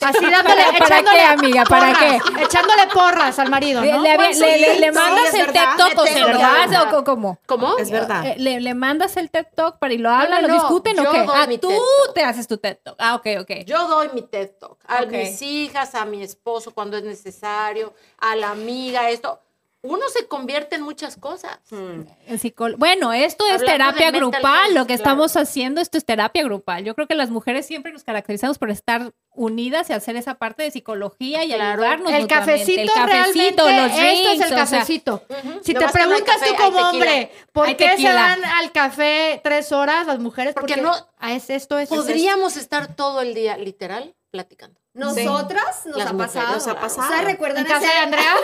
[SPEAKER 1] Así dándole,
[SPEAKER 3] ¿Para- para
[SPEAKER 1] echándole
[SPEAKER 3] qué, amiga? ¿Para
[SPEAKER 1] porras, Echándole porras al marido,
[SPEAKER 3] Le,
[SPEAKER 1] ¿no? Pues
[SPEAKER 3] le-
[SPEAKER 5] Bueno,
[SPEAKER 3] le-
[SPEAKER 5] sí,
[SPEAKER 3] le- le
[SPEAKER 5] sí,
[SPEAKER 3] mandas
[SPEAKER 5] es
[SPEAKER 3] el TED
[SPEAKER 5] verdad,
[SPEAKER 3] Talk, ¿o
[SPEAKER 5] es
[SPEAKER 3] se lo
[SPEAKER 5] verdad.
[SPEAKER 3] das o co- cómo?
[SPEAKER 2] ¿Cómo?
[SPEAKER 5] Es verdad.
[SPEAKER 3] Eh, le, le mandas el TED Talk para y lo hablan,
[SPEAKER 2] no,
[SPEAKER 3] lo
[SPEAKER 2] no,
[SPEAKER 3] discuten o
[SPEAKER 2] yo
[SPEAKER 3] qué?
[SPEAKER 2] doy
[SPEAKER 3] Ah,
[SPEAKER 2] mi
[SPEAKER 3] tú
[SPEAKER 2] TED Talk.
[SPEAKER 3] te haces tu TED Talk. Ah, ok, ok.
[SPEAKER 2] Yo doy mi TED Talk a
[SPEAKER 3] Ok.
[SPEAKER 2] mis hijas, a mi esposo cuando es necesario, a la amiga, esto. Uno se convierte en muchas cosas.
[SPEAKER 5] Mm.
[SPEAKER 3] El psicólogo- Bueno, esto es
[SPEAKER 2] Hablando
[SPEAKER 3] terapia
[SPEAKER 2] de mental
[SPEAKER 3] grupal,
[SPEAKER 2] health,
[SPEAKER 3] lo que
[SPEAKER 2] claro.
[SPEAKER 3] estamos haciendo, esto es terapia grupal. Yo creo que las mujeres siempre nos caracterizamos por estar unidas y hacer esa parte de psicología y
[SPEAKER 2] Claro.
[SPEAKER 3] ayudarnos
[SPEAKER 1] El
[SPEAKER 3] mutuamente.
[SPEAKER 1] cafecito, realmente, esto es
[SPEAKER 3] drinks,
[SPEAKER 1] el
[SPEAKER 3] o sea,
[SPEAKER 1] cafecito.
[SPEAKER 2] Ujú.
[SPEAKER 1] si te
[SPEAKER 2] Nomás que no hay
[SPEAKER 1] preguntas
[SPEAKER 2] café,
[SPEAKER 1] tú
[SPEAKER 2] hay
[SPEAKER 1] como
[SPEAKER 2] tequila.
[SPEAKER 1] hombre, ¿por
[SPEAKER 3] Hay
[SPEAKER 1] qué
[SPEAKER 3] tequila.
[SPEAKER 1] se van al café tres horas las mujeres?
[SPEAKER 2] Porque no-
[SPEAKER 1] Ah, es esto, es esto.
[SPEAKER 2] Podríamos estar todo el día, literal, platicando.
[SPEAKER 4] Nosotras nos
[SPEAKER 2] Las
[SPEAKER 4] ha
[SPEAKER 2] mujeres,
[SPEAKER 4] pasado.
[SPEAKER 5] nos ha
[SPEAKER 4] claro.
[SPEAKER 5] pasado.
[SPEAKER 4] O sea,
[SPEAKER 1] ¿En
[SPEAKER 4] recuerdan
[SPEAKER 1] casa de
[SPEAKER 4] ese-
[SPEAKER 1] Andrea?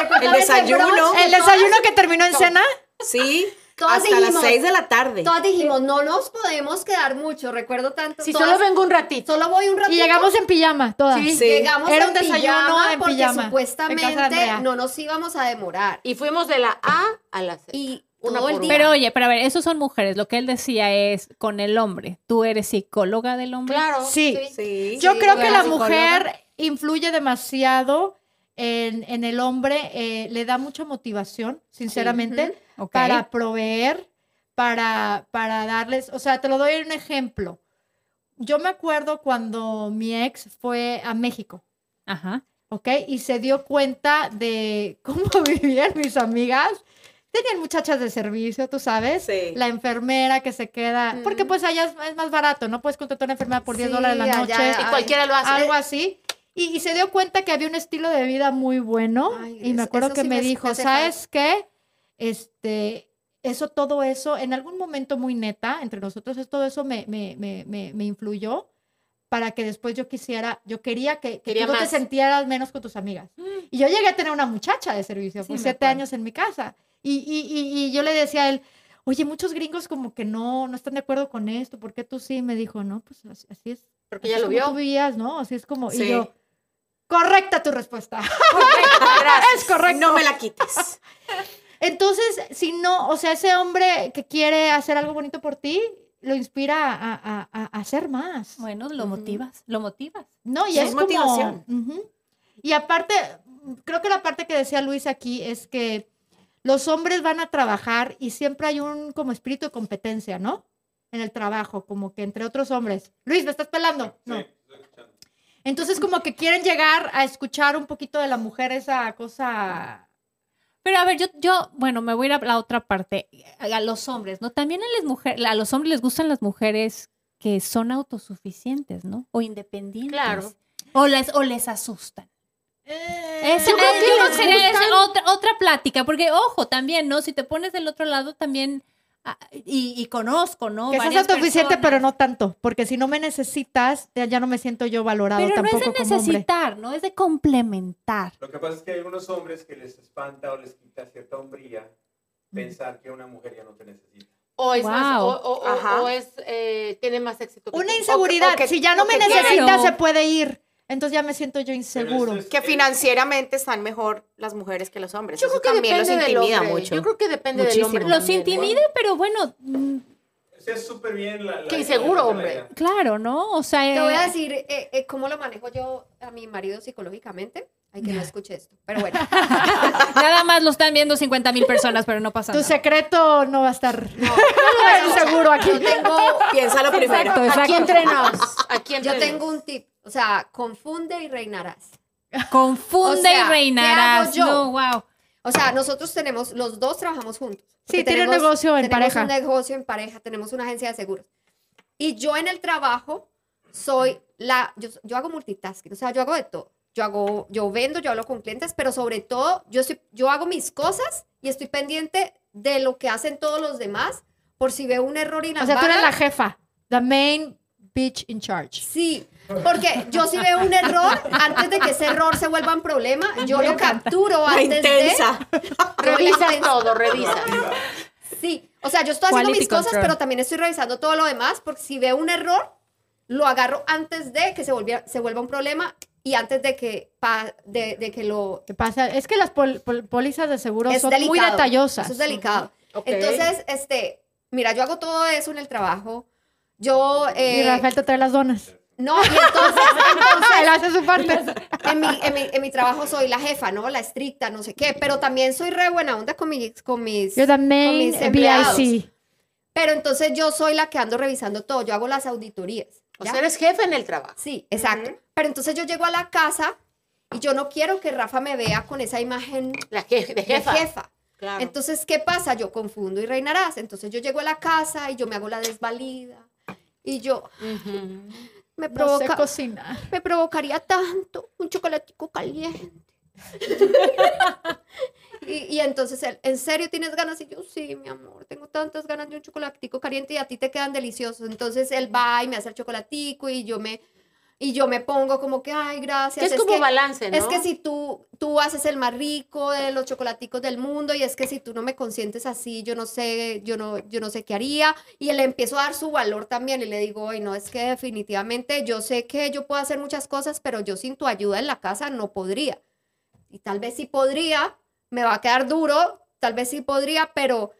[SPEAKER 4] recuerdan
[SPEAKER 5] El
[SPEAKER 4] ese
[SPEAKER 5] desayuno.
[SPEAKER 4] brunch que
[SPEAKER 1] ¿El desayuno que terminó en
[SPEAKER 2] No.
[SPEAKER 1] cena?
[SPEAKER 5] Sí,
[SPEAKER 4] Todas
[SPEAKER 5] hasta las
[SPEAKER 4] dijimos-
[SPEAKER 5] 6 de la tarde.
[SPEAKER 4] Todas dijimos, no nos podemos quedar mucho, recuerdo tanto.
[SPEAKER 2] Si
[SPEAKER 4] todas-
[SPEAKER 2] solo vengo un ratito.
[SPEAKER 4] solo voy un ratito.
[SPEAKER 1] Y llegamos en pijama todas.
[SPEAKER 5] Sí.
[SPEAKER 4] Llegamos
[SPEAKER 1] Era
[SPEAKER 4] en
[SPEAKER 1] un desayuno
[SPEAKER 4] pijama
[SPEAKER 1] en pijama,
[SPEAKER 4] porque
[SPEAKER 1] en casa de
[SPEAKER 4] supuestamente
[SPEAKER 1] Andrea.
[SPEAKER 4] no nos íbamos a demorar.
[SPEAKER 2] Y fuimos de la A a la C.
[SPEAKER 4] Y
[SPEAKER 2] Una
[SPEAKER 4] todo el
[SPEAKER 2] por
[SPEAKER 4] día.
[SPEAKER 3] Pero oye, pero a ver, esos son mujeres. Lo que él decía es con el hombre. Tú eres psicóloga del hombre.
[SPEAKER 2] claro.
[SPEAKER 1] Sí.
[SPEAKER 5] Sí.
[SPEAKER 1] Yo
[SPEAKER 4] Sí,
[SPEAKER 1] creo
[SPEAKER 4] tú
[SPEAKER 1] que
[SPEAKER 4] eres
[SPEAKER 1] la
[SPEAKER 3] psicóloga.
[SPEAKER 1] mujer influye demasiado en, en el hombre, eh, le da mucha motivación, sinceramente,
[SPEAKER 3] Ok.
[SPEAKER 1] para proveer, para, para darles, o sea, te lo doy un ejemplo. Yo me acuerdo cuando mi ex fue a México,
[SPEAKER 3] Ajá.
[SPEAKER 1] ¿ok? Y se dio cuenta de cómo vivían mis amigas. Tenían muchachas de servicio, tú sabes.
[SPEAKER 5] Sí.
[SPEAKER 1] La enfermera que se queda. Porque
[SPEAKER 4] Ujú.
[SPEAKER 1] pues allá es- es más barato, ¿no? Puedes contratar una enfermera por 10
[SPEAKER 4] Sí,
[SPEAKER 1] dólares la
[SPEAKER 4] allá-
[SPEAKER 1] noche.
[SPEAKER 4] allá-
[SPEAKER 2] Y cualquiera lo hace.
[SPEAKER 1] algo así. Y, y se dio cuenta que había un estilo de vida muy bueno.
[SPEAKER 4] Ay,
[SPEAKER 1] y me
[SPEAKER 4] eso-
[SPEAKER 1] acuerdo
[SPEAKER 4] eso
[SPEAKER 1] que
[SPEAKER 4] sí
[SPEAKER 1] me
[SPEAKER 4] me- me
[SPEAKER 1] dijo,
[SPEAKER 4] hace
[SPEAKER 1] ¿sabes qué? Este, eso, todo eso, en algún momento muy neta, entre nosotros, es- todo eso me, me, me, me, me influyó para que después yo quisiera, yo quería que, que
[SPEAKER 2] Quería
[SPEAKER 1] tú no te
[SPEAKER 2] más.
[SPEAKER 1] sentieras menos con tus amigas. Y yo llegué a tener una muchacha de servicio
[SPEAKER 3] Sí,
[SPEAKER 1] por
[SPEAKER 3] me
[SPEAKER 1] siete
[SPEAKER 3] acuerdo.
[SPEAKER 1] años en mi casa. Y, y- y- y yo le decía a él, oye, muchos gringos como que no, no están de acuerdo con esto, ¿por qué tú sí? Me dijo, no, pues así, así es.
[SPEAKER 2] Porque
[SPEAKER 1] así
[SPEAKER 2] ya
[SPEAKER 1] es
[SPEAKER 2] lo
[SPEAKER 1] como
[SPEAKER 2] vio.
[SPEAKER 1] tú vivías, ¿no? Así es como,
[SPEAKER 5] Sí.
[SPEAKER 1] y yo, correcta tu respuesta.
[SPEAKER 2] Gracias.
[SPEAKER 1] es correcto.
[SPEAKER 5] No me la quites.
[SPEAKER 1] Entonces, si no, o sea, ese hombre que quiere hacer algo bonito por ti, lo inspira a, a- a- a hacer más.
[SPEAKER 3] Bueno, lo
[SPEAKER 4] Ujú.
[SPEAKER 3] motivas, lo motivas.
[SPEAKER 1] No, y
[SPEAKER 5] Sí,
[SPEAKER 1] es,
[SPEAKER 5] es motivación.
[SPEAKER 1] como... Ujú. Y aparte, creo que la parte que decía Luis aquí es que los hombres van a trabajar y siempre hay un como espíritu de competencia, ¿no? En el trabajo, como que entre otros hombres. Luis, ¿me estás pelando? No.
[SPEAKER 6] Sí, estoy escuchando.
[SPEAKER 1] Entonces, como que quieren llegar a escuchar un poquito de la mujer esa cosa...
[SPEAKER 3] Pero a ver, yo, yo, bueno, me voy a ir a la otra parte, a los hombres, ¿no? También a las mujeres, a los hombres les gustan las mujeres que son autosuficientes, ¿no? O independientes.
[SPEAKER 2] Claro.
[SPEAKER 3] O les, o les asustan. Esa,
[SPEAKER 1] Yo creo
[SPEAKER 3] eh,
[SPEAKER 1] que
[SPEAKER 3] yo creo
[SPEAKER 1] les
[SPEAKER 3] que sería
[SPEAKER 1] gustan-
[SPEAKER 3] esa otra, otra plática, porque ojo, también, ¿no? Si te pones del otro lado también, ah, y, y conozco, ¿no?
[SPEAKER 1] Que seas
[SPEAKER 3] Varias
[SPEAKER 1] autosuficiente, pero
[SPEAKER 3] personas.
[SPEAKER 1] no tanto. Porque si no me necesitas, ya ya no me siento yo valorado
[SPEAKER 3] Pero no es
[SPEAKER 1] tampoco
[SPEAKER 3] de
[SPEAKER 1] como hombre.
[SPEAKER 3] necesitar, ¿no? Es de complementar.
[SPEAKER 6] Lo que pasa es que hay algunos hombres que les espanta o les quita cierta hombría pensar que una mujer ya no te necesita.
[SPEAKER 2] O es más,
[SPEAKER 3] Wow.
[SPEAKER 2] o, o- o-
[SPEAKER 5] Ajá.
[SPEAKER 2] o es, eh, tiene más éxito. que
[SPEAKER 1] Una
[SPEAKER 2] tú.
[SPEAKER 1] inseguridad.
[SPEAKER 5] o que-
[SPEAKER 1] si ya no
[SPEAKER 5] o
[SPEAKER 1] me
[SPEAKER 5] que quiere.
[SPEAKER 1] necesitas,
[SPEAKER 3] Claro.
[SPEAKER 1] se puede ir. Entonces ya me siento yo
[SPEAKER 6] Pero
[SPEAKER 1] inseguro.
[SPEAKER 6] esto es-
[SPEAKER 5] Que
[SPEAKER 6] es-
[SPEAKER 5] financieramente están mejor las mujeres que los hombres.
[SPEAKER 2] Yo
[SPEAKER 5] Eso
[SPEAKER 2] creo que
[SPEAKER 5] también los
[SPEAKER 2] depende del
[SPEAKER 5] intimida
[SPEAKER 2] hombre.
[SPEAKER 5] mucho.
[SPEAKER 2] Yo creo que depende
[SPEAKER 5] Muchísimo.
[SPEAKER 2] del hombre.
[SPEAKER 3] Los
[SPEAKER 2] también.
[SPEAKER 3] intimida, pero bueno, mm,
[SPEAKER 6] o sea, es súper bien la. la-
[SPEAKER 2] Qué inseguro,
[SPEAKER 6] la- la-
[SPEAKER 2] hombre.
[SPEAKER 6] la-
[SPEAKER 3] claro, ¿no? O sea,
[SPEAKER 4] Te voy a
[SPEAKER 3] eh,
[SPEAKER 4] decir eh, eh, cómo lo manejo yo a mi marido psicológicamente. Ay, que no escuche esto. Pero bueno,
[SPEAKER 3] Nada más lo están viendo 50 mil personas, pero no pasa
[SPEAKER 1] Tu
[SPEAKER 3] nada.
[SPEAKER 1] secreto no va a estar inseguro aquí.
[SPEAKER 4] yo tengo,
[SPEAKER 5] Piénsalo primero.
[SPEAKER 3] Exacto, exacto.
[SPEAKER 2] Aquí entre nos. Aquí entre
[SPEAKER 4] yo tengo
[SPEAKER 2] nos.
[SPEAKER 4] un tip. O sea, confunde y reinarás.
[SPEAKER 3] Confunde
[SPEAKER 4] O sea,
[SPEAKER 3] y
[SPEAKER 4] ¿qué
[SPEAKER 3] reinarás.
[SPEAKER 4] hago yo?
[SPEAKER 3] No, wow.
[SPEAKER 4] O sea, nosotros tenemos, los dos trabajamos juntos.
[SPEAKER 1] Sí,
[SPEAKER 4] Porque
[SPEAKER 1] tiene un negocio en
[SPEAKER 4] tenemos
[SPEAKER 1] pareja.
[SPEAKER 4] un negocio en pareja, tenemos una agencia de seguros. Y yo en el trabajo soy la, yo, yo hago multitasking, o sea, yo hago de todo. Yo hago, yo vendo, yo hablo con clientes, pero sobre todo yo, soy, yo hago mis cosas y estoy pendiente de lo que hacen todos los demás por si veo un error y la
[SPEAKER 1] O sea, tú eres
[SPEAKER 4] embarra.
[SPEAKER 1] la jefa. The main bitch in charge.
[SPEAKER 4] Sí, porque yo si veo un error, antes de que ese error se vuelva un problema, yo lo capturo
[SPEAKER 5] La
[SPEAKER 4] antes de...
[SPEAKER 5] intensa.
[SPEAKER 4] Yo la
[SPEAKER 2] Revisas
[SPEAKER 4] intensa.
[SPEAKER 2] todo, revisas.
[SPEAKER 6] Activa.
[SPEAKER 4] Sí, O sea, yo estoy haciendo
[SPEAKER 8] Quality
[SPEAKER 4] mis cosas,
[SPEAKER 8] control.
[SPEAKER 4] pero también estoy revisando todo lo demás, porque si veo un error, lo agarro antes de que se, volvia- se vuelva un problema y antes de que, pa- de, de que lo...
[SPEAKER 1] ¿Qué pasa? Es que las pol- pol- pólizas de seguro
[SPEAKER 4] Es
[SPEAKER 1] son
[SPEAKER 4] delicado.
[SPEAKER 1] muy detallosas.
[SPEAKER 4] Eso es delicado.
[SPEAKER 5] Ok.
[SPEAKER 4] Entonces, este, mira, yo hago todo eso en el trabajo. Yo...
[SPEAKER 1] Y
[SPEAKER 4] eh,
[SPEAKER 1] Rafael te trae las donas.
[SPEAKER 4] no, y entonces,
[SPEAKER 1] Él hace su parte.
[SPEAKER 4] en mi, en, mi, en mi trabajo soy la jefa, ¿no? La estricta, no sé qué, pero también soy re buena onda con mis... Con mis
[SPEAKER 1] You're the
[SPEAKER 4] con
[SPEAKER 1] main
[SPEAKER 4] mis empleados.
[SPEAKER 1] BIC.
[SPEAKER 4] Pero entonces yo soy la que ando revisando todo, yo hago las auditorías.
[SPEAKER 2] O
[SPEAKER 4] ¿ya?
[SPEAKER 2] sea, eres jefe en el trabajo.
[SPEAKER 4] Sí, exacto. Pero entonces yo llego a la casa y yo no quiero que Rafa me vea con esa imagen
[SPEAKER 2] La jefe, de jefa.
[SPEAKER 4] de jefa.
[SPEAKER 2] Claro.
[SPEAKER 4] Entonces, ¿qué pasa? Yo confundo y reinarás. Entonces yo llego a la casa y yo me hago la desvalida. Y yo
[SPEAKER 2] Ujú.
[SPEAKER 4] me,
[SPEAKER 1] No
[SPEAKER 4] provoca,
[SPEAKER 1] sé cocinar.
[SPEAKER 4] me provocaría tanto un chocolatico caliente. y, y entonces él, ¿en serio tienes ganas? Y yo, sí, mi amor, tengo tantas ganas de un chocolatico caliente y a ti te quedan deliciosos. Entonces él va y me hace el chocolatico y yo me, y yo me pongo como que, ay,
[SPEAKER 2] Que
[SPEAKER 4] gracias.
[SPEAKER 2] es, como
[SPEAKER 4] que-
[SPEAKER 2] balance, ¿no?
[SPEAKER 4] es que si tú, tú haces el más rico de los chocolaticos del mundo y es que si tú no me consientes así, yo no sé, yo no, yo no sé qué haría. Y le empiezo a dar su valor también y le digo, ay, no, es que definitivamente yo sé que yo puedo hacer muchas cosas, pero yo sin tu ayuda en la casa no podría. Y tal vez sí podría, me va a quedar duro, tal vez sí podría, pero,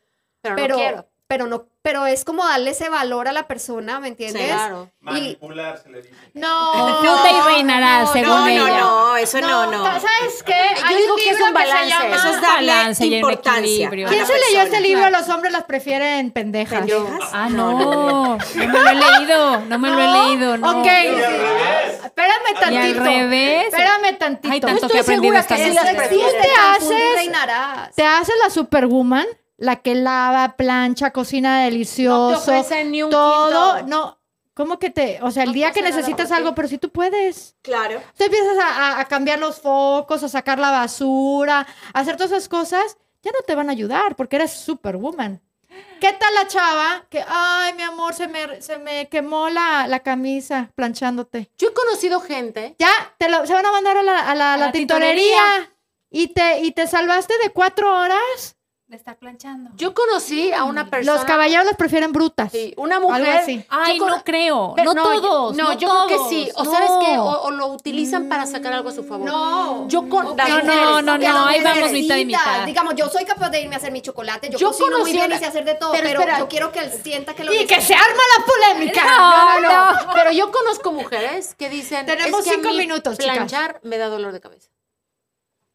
[SPEAKER 2] pero,
[SPEAKER 4] pero,
[SPEAKER 2] no quiero.
[SPEAKER 4] pero no, pero es como darle ese valor a la persona, ¿me entiendes?
[SPEAKER 2] Claro.
[SPEAKER 6] Manipular, se le dice.
[SPEAKER 1] No.
[SPEAKER 8] Fruta y reinarás, según
[SPEAKER 5] No, no,
[SPEAKER 8] ella.
[SPEAKER 5] no, eso no, no.
[SPEAKER 1] ta- ¿Sabes qué?
[SPEAKER 2] Yo
[SPEAKER 1] Hay
[SPEAKER 2] digo
[SPEAKER 1] un
[SPEAKER 2] que es
[SPEAKER 1] libro
[SPEAKER 2] un balance,
[SPEAKER 1] se llama-
[SPEAKER 5] Eso es
[SPEAKER 8] Ah,
[SPEAKER 5] darle
[SPEAKER 8] balance y un
[SPEAKER 5] importancia.
[SPEAKER 8] equilibrio.
[SPEAKER 5] a
[SPEAKER 1] ¿Quién
[SPEAKER 5] la
[SPEAKER 1] se leyó
[SPEAKER 5] persona.
[SPEAKER 1] este libro? Los hombres las prefieren pendejas.
[SPEAKER 5] ¿Pendejas?
[SPEAKER 8] Ah, no, no me lo he leído, no me lo he leído, no.
[SPEAKER 1] Ok.
[SPEAKER 6] Y al revés.
[SPEAKER 1] Espérame
[SPEAKER 8] Y al
[SPEAKER 1] tantito.
[SPEAKER 8] revés.
[SPEAKER 1] Espérame tantito.
[SPEAKER 8] Hay tanto que he
[SPEAKER 2] estoy
[SPEAKER 8] aprendido
[SPEAKER 2] segura
[SPEAKER 8] esta
[SPEAKER 2] que sí
[SPEAKER 4] Eso
[SPEAKER 8] noche.
[SPEAKER 2] las
[SPEAKER 4] existe,
[SPEAKER 2] prefieres.
[SPEAKER 1] Te
[SPEAKER 4] confunde y
[SPEAKER 1] haces-
[SPEAKER 4] reinarás.
[SPEAKER 1] Te haces la superwoman, la que lava, plancha, cocina
[SPEAKER 3] No
[SPEAKER 1] delicioso,
[SPEAKER 3] te ofrecen ni un
[SPEAKER 1] todo.
[SPEAKER 3] quinto.
[SPEAKER 1] No, ¿cómo que te? O sea, el
[SPEAKER 2] No
[SPEAKER 1] día
[SPEAKER 2] te
[SPEAKER 1] que
[SPEAKER 2] hace nada
[SPEAKER 1] necesitas
[SPEAKER 2] por ti.
[SPEAKER 1] algo, pero si tú puedes.
[SPEAKER 5] Claro.
[SPEAKER 1] Tú empiezas a, a- a cambiar los focos, a sacar la basura, a hacer todas esas cosas, ya no te van a ayudar porque eres superwoman. ¿Qué tal la chava que, ay, mi amor, se me, se me quemó la, la camisa planchándote?
[SPEAKER 2] Yo he conocido gente.
[SPEAKER 1] Ya, te lo- se van a mandar a la, a la-
[SPEAKER 8] A
[SPEAKER 1] la
[SPEAKER 8] la
[SPEAKER 1] tintorería y te, y te salvaste de cuatro horas.
[SPEAKER 8] De estar planchando.
[SPEAKER 2] Yo conocí a una persona.
[SPEAKER 1] Los caballeros las prefieren brutas.
[SPEAKER 2] sí, una
[SPEAKER 1] Algo
[SPEAKER 2] mujer.
[SPEAKER 1] así.
[SPEAKER 8] Ay,
[SPEAKER 2] Yo con-
[SPEAKER 8] no creo.
[SPEAKER 2] Pero
[SPEAKER 8] no, todos.
[SPEAKER 2] yo- No, yo creo que sí. O
[SPEAKER 8] todos,
[SPEAKER 2] sabes qué, o,
[SPEAKER 8] no.
[SPEAKER 2] o lo utilizan para sacar algo a su favor.
[SPEAKER 4] No.
[SPEAKER 2] Yo con las
[SPEAKER 8] No, no,
[SPEAKER 2] mujeres,
[SPEAKER 8] no,
[SPEAKER 4] que
[SPEAKER 8] no,
[SPEAKER 4] las
[SPEAKER 8] ahí
[SPEAKER 4] mujeres
[SPEAKER 8] vamos mitad y
[SPEAKER 4] necesitan.
[SPEAKER 8] mitad.
[SPEAKER 4] Digamos, yo soy capaz de irme a hacer mi chocolate, yo,
[SPEAKER 2] Yo
[SPEAKER 4] cocino muy
[SPEAKER 2] conocí
[SPEAKER 4] bien
[SPEAKER 2] una-
[SPEAKER 4] y sé hacer de todo,
[SPEAKER 2] pero
[SPEAKER 4] pero,
[SPEAKER 2] espera.
[SPEAKER 4] yo quiero que él sienta que lo
[SPEAKER 1] Y que
[SPEAKER 4] necesita.
[SPEAKER 1] se arma la polémica.
[SPEAKER 2] No, no, no. Pero yo conozco mujeres que dicen.
[SPEAKER 1] Tenemos
[SPEAKER 2] es que a
[SPEAKER 1] cinco
[SPEAKER 2] mí
[SPEAKER 1] minutos, chicas.
[SPEAKER 2] Planchar me da dolor de cabeza.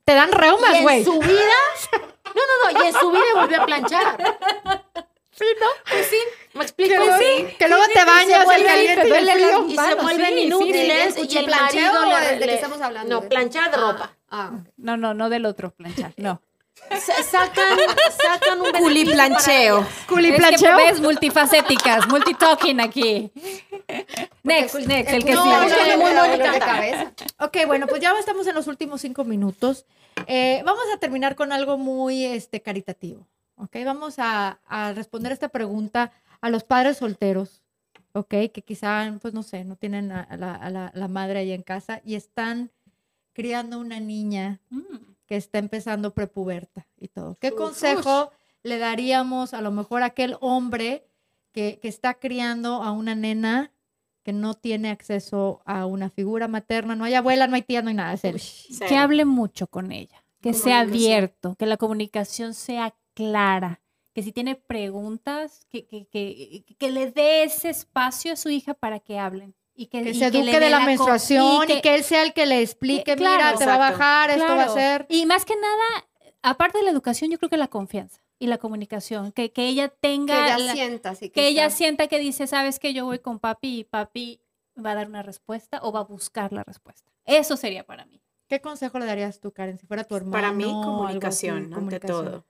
[SPEAKER 1] Te dan
[SPEAKER 2] y
[SPEAKER 1] reumas,
[SPEAKER 2] en
[SPEAKER 1] güey.
[SPEAKER 2] su vida. No, no, no. Y en su vida volví a planchar. Sí, ¿no? Pues sí. ¿Me explico?
[SPEAKER 1] Que luego-
[SPEAKER 2] Sí.
[SPEAKER 1] que luego te bañas, el caliente y el frío.
[SPEAKER 2] Y Ah, se
[SPEAKER 8] Bueno,
[SPEAKER 2] vuelven
[SPEAKER 8] sí, sí,
[SPEAKER 2] inútiles.
[SPEAKER 4] sí,
[SPEAKER 2] y
[SPEAKER 4] escuché,
[SPEAKER 2] el
[SPEAKER 4] ¿plancheo
[SPEAKER 2] marido
[SPEAKER 4] o
[SPEAKER 2] le-
[SPEAKER 4] de qué
[SPEAKER 2] le-
[SPEAKER 4] estamos hablando?
[SPEAKER 2] No, planchar de ropa.
[SPEAKER 4] Ah, ok.
[SPEAKER 8] No, no, no del otro planchar. No.
[SPEAKER 2] Sa- Sacan, sacan un beneficio para
[SPEAKER 5] Culiplancheo.
[SPEAKER 2] ellas.
[SPEAKER 1] Culiplancheo.
[SPEAKER 8] Es
[SPEAKER 2] pues,
[SPEAKER 8] que ves multifacéticas, multitalking aquí. Next, next, el que
[SPEAKER 4] no,
[SPEAKER 8] sí.
[SPEAKER 4] no,
[SPEAKER 2] es
[SPEAKER 4] no,
[SPEAKER 2] que
[SPEAKER 4] no,
[SPEAKER 2] muy
[SPEAKER 4] no,
[SPEAKER 2] bonita.
[SPEAKER 4] dolor de cabeza.
[SPEAKER 1] Ok, bueno, pues ya estamos en los últimos cinco minutos. Eh, vamos a terminar con algo muy este, caritativo. Ok, vamos a, a responder esta pregunta a los padres solteros, ok, que quizá, pues no sé, no tienen a, a la, a la- la madre ahí en casa y están criando una niña
[SPEAKER 8] Mm.
[SPEAKER 1] que está empezando prepuberta y todo. ¿Qué consejo le daríamos a lo mejor a aquel hombre que, que está criando a una nena que no tiene acceso a una figura materna? No hay abuela, no hay tía, no hay nada. es él.
[SPEAKER 8] Que
[SPEAKER 5] Cero.
[SPEAKER 8] hable mucho con ella, que sea abierto, que la comunicación sea clara, que si tiene preguntas, que, que, que, que le dé ese espacio a su hija para que hablen. Y que,
[SPEAKER 1] Que
[SPEAKER 8] y
[SPEAKER 1] se
[SPEAKER 8] que le
[SPEAKER 1] eduque de
[SPEAKER 8] dé
[SPEAKER 1] la
[SPEAKER 8] co-
[SPEAKER 1] menstruación y que,
[SPEAKER 8] que-
[SPEAKER 1] él sea el que le explique,
[SPEAKER 8] Eh, claro,
[SPEAKER 1] mira, te va a
[SPEAKER 5] exacto,
[SPEAKER 1] bajar, esto va a
[SPEAKER 8] Claro.
[SPEAKER 1] ser.
[SPEAKER 8] Y más que nada, aparte de la educación, yo creo que la confianza y la comunicación, que, que ella
[SPEAKER 4] Que
[SPEAKER 8] tenga...
[SPEAKER 4] ella
[SPEAKER 8] la-
[SPEAKER 4] sienta, sí,
[SPEAKER 8] que ella
[SPEAKER 4] está-
[SPEAKER 8] sienta que dice, sabes que yo voy con papi y papi va a dar una respuesta o va a buscar la respuesta. Eso sería para mí.
[SPEAKER 1] ¿Qué consejo le darías tú, Karen, si fuera tu hermano?
[SPEAKER 5] Para mí,
[SPEAKER 1] o algo así,
[SPEAKER 5] comunicación, ante
[SPEAKER 1] comunicación?
[SPEAKER 5] todo.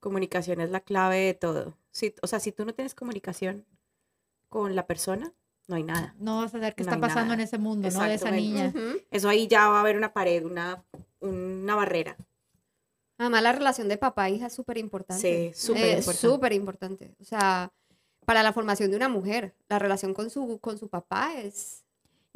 [SPEAKER 5] Comunicación es la clave de todo. Si, o sea, si tú no tienes comunicación con la persona, no hay nada.
[SPEAKER 1] No vas a ver qué
[SPEAKER 5] No
[SPEAKER 1] está
[SPEAKER 5] hay
[SPEAKER 1] pasando
[SPEAKER 5] nada.
[SPEAKER 1] en ese mundo, ¿no? De esa
[SPEAKER 5] Exacto, ven.
[SPEAKER 1] niña.
[SPEAKER 4] Ujú.
[SPEAKER 5] Eso ahí ya va a haber una pared, una, una barrera.
[SPEAKER 4] Además, la relación de papá e hija es súper importante.
[SPEAKER 5] Sí, súper
[SPEAKER 4] Eh,
[SPEAKER 5] importante.
[SPEAKER 4] súper importante. O sea, para la formación de una mujer, la relación con su, con su papá es...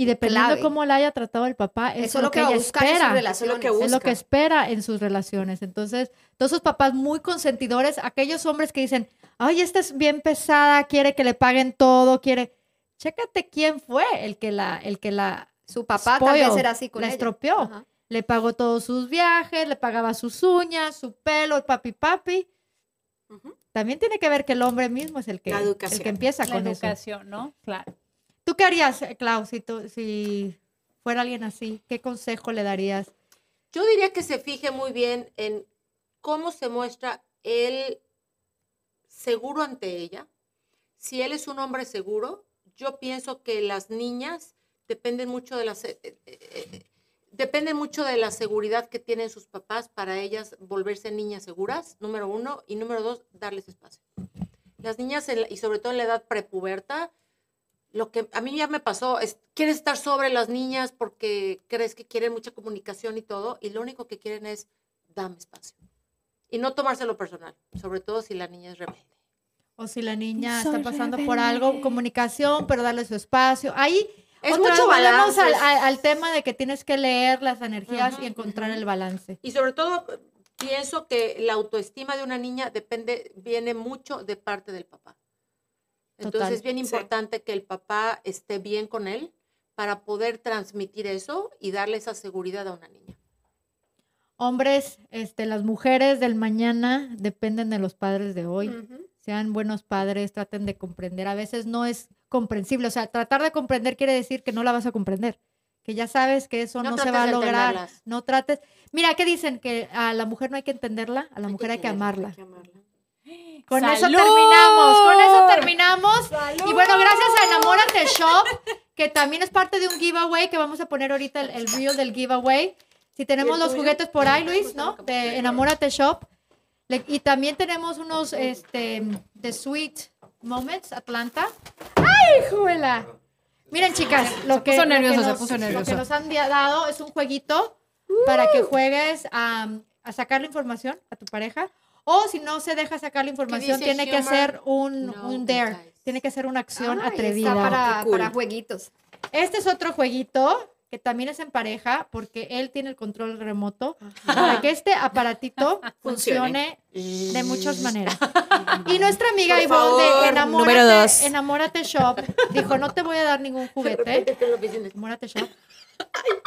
[SPEAKER 1] Y dependiendo
[SPEAKER 4] Clave.
[SPEAKER 1] cómo la haya tratado el papá, eso,
[SPEAKER 4] Eso es lo que, va
[SPEAKER 1] ella
[SPEAKER 4] a buscar en
[SPEAKER 1] espera.
[SPEAKER 4] sus
[SPEAKER 5] Eso es lo
[SPEAKER 4] relaciones.
[SPEAKER 5] que
[SPEAKER 1] es lo que
[SPEAKER 5] busca.
[SPEAKER 1] espera en sus relaciones. Entonces, todos esos papás muy consentidores, aquellos hombres que dicen, ay, esta es bien pesada, quiere que le paguen todo, quiere. Chécate quién fue el que la, el que la,
[SPEAKER 4] Su papá también
[SPEAKER 1] Spoiled.
[SPEAKER 4] será así con
[SPEAKER 1] la
[SPEAKER 4] ella.
[SPEAKER 1] estropeó.
[SPEAKER 4] Ajá.
[SPEAKER 1] Le pagó todos sus viajes, le pagaba sus uñas, su pelo, el papi papi.
[SPEAKER 5] Ujú.
[SPEAKER 1] También tiene que ver que el hombre mismo es el que,
[SPEAKER 5] La
[SPEAKER 1] el
[SPEAKER 5] educación.
[SPEAKER 1] que empieza
[SPEAKER 3] La
[SPEAKER 1] con eso.
[SPEAKER 3] educación, ¿no? Claro.
[SPEAKER 1] ¿Tú qué harías, eh, Clau, si, tú- si fuera alguien así? ¿Qué consejo le darías?
[SPEAKER 2] Yo diría que se fije muy bien en cómo se muestra él seguro ante ella. Si él es un hombre seguro, yo pienso que las niñas dependen mucho de la se- eh, eh, eh, dependen mucho de la seguridad que tienen sus papás para ellas volverse niñas seguras, número uno, y número dos, darles espacio. Las niñas, en la- y sobre todo en la edad prepuberta, lo que a mí ya me pasó es, quieres estar sobre las niñas porque crees que quieren mucha comunicación y todo, y lo único que quieren es, dame espacio. Y no tomárselo personal, sobre todo si la niña es rebelde.
[SPEAKER 1] O si la niña
[SPEAKER 8] Soy
[SPEAKER 1] está pasando por algo,
[SPEAKER 8] rebelde.
[SPEAKER 1] comunicación, pero darle su espacio. Ahí
[SPEAKER 2] Es
[SPEAKER 1] otra
[SPEAKER 2] mucho
[SPEAKER 1] vez volvemos
[SPEAKER 2] balance.
[SPEAKER 1] Al,
[SPEAKER 2] es-
[SPEAKER 1] al- al tema de que tienes que leer las energías
[SPEAKER 2] Ujú,
[SPEAKER 1] y encontrar
[SPEAKER 2] ujú.
[SPEAKER 1] el balance.
[SPEAKER 2] Y sobre todo, eh, pienso que la autoestima de una niña depende, viene mucho de parte del papá. Entonces
[SPEAKER 1] Total.
[SPEAKER 2] es bien importante que el papá esté bien con él para poder transmitir eso y darle esa seguridad a una niña.
[SPEAKER 1] Hombres, este, las mujeres del mañana dependen de los padres de hoy.
[SPEAKER 2] Mm.
[SPEAKER 4] Ujú.
[SPEAKER 1] sean buenos padres, traten de comprender. A veces no es comprensible, o sea, tratar de comprender quiere decir que no la vas a comprender, que ya sabes que eso no, se
[SPEAKER 2] trates
[SPEAKER 1] va a
[SPEAKER 2] de
[SPEAKER 1] lograr.
[SPEAKER 2] entenderlas.
[SPEAKER 1] No trates. Mira, ¿qué dicen? Que a la mujer no hay que entenderla, a la
[SPEAKER 2] Hay que
[SPEAKER 1] mujer hay que
[SPEAKER 2] quererla,
[SPEAKER 1] amarla.
[SPEAKER 5] que amarla.
[SPEAKER 1] Con eso
[SPEAKER 8] ¡Salud!
[SPEAKER 1] terminamos, con eso terminamos. Y bueno, gracias a Enamórate Shop, que también es parte de un giveaway que vamos a poner ahorita el, el reel del giveaway. Si tenemos
[SPEAKER 5] ¿Y el
[SPEAKER 1] los
[SPEAKER 5] tuyo?
[SPEAKER 1] juguetes por ahí, Luis,
[SPEAKER 2] Justo
[SPEAKER 1] ¿no?
[SPEAKER 2] lo que
[SPEAKER 1] De Enamórate Shop. Le- y también tenemos unos este, de Sweet Moments Atlanta. ¡Ay, juela! Miren, chicas, lo que,
[SPEAKER 8] puso
[SPEAKER 1] lo que
[SPEAKER 8] nervioso, se
[SPEAKER 1] nos-
[SPEAKER 8] puso
[SPEAKER 1] lo que
[SPEAKER 8] nervioso.
[SPEAKER 1] nos han dia- dado es un jueguito para que juegues a, a sacar la información a tu pareja. O si no se deja sacar la información,
[SPEAKER 2] dice
[SPEAKER 1] tiene que
[SPEAKER 2] humor,
[SPEAKER 1] ser un,
[SPEAKER 2] no
[SPEAKER 1] un dare.
[SPEAKER 2] entice.
[SPEAKER 1] Tiene que ser una acción
[SPEAKER 4] Ay, Ah, está
[SPEAKER 1] atrevida.
[SPEAKER 4] para,
[SPEAKER 5] Qué cool.
[SPEAKER 4] para jueguitos.
[SPEAKER 1] Este es otro jueguito que también es en pareja porque él tiene el control remoto para que este aparatito funcione
[SPEAKER 5] Funcione.
[SPEAKER 1] de muchas maneras. Y nuestra amiga
[SPEAKER 5] Por
[SPEAKER 1] Ivonne
[SPEAKER 5] favor,
[SPEAKER 1] de
[SPEAKER 5] número dos.
[SPEAKER 1] Enamórate, Enamórate Shop dijo, no te voy a dar ningún juguete.
[SPEAKER 2] Vete a la oficina.
[SPEAKER 1] Enamórate Shop.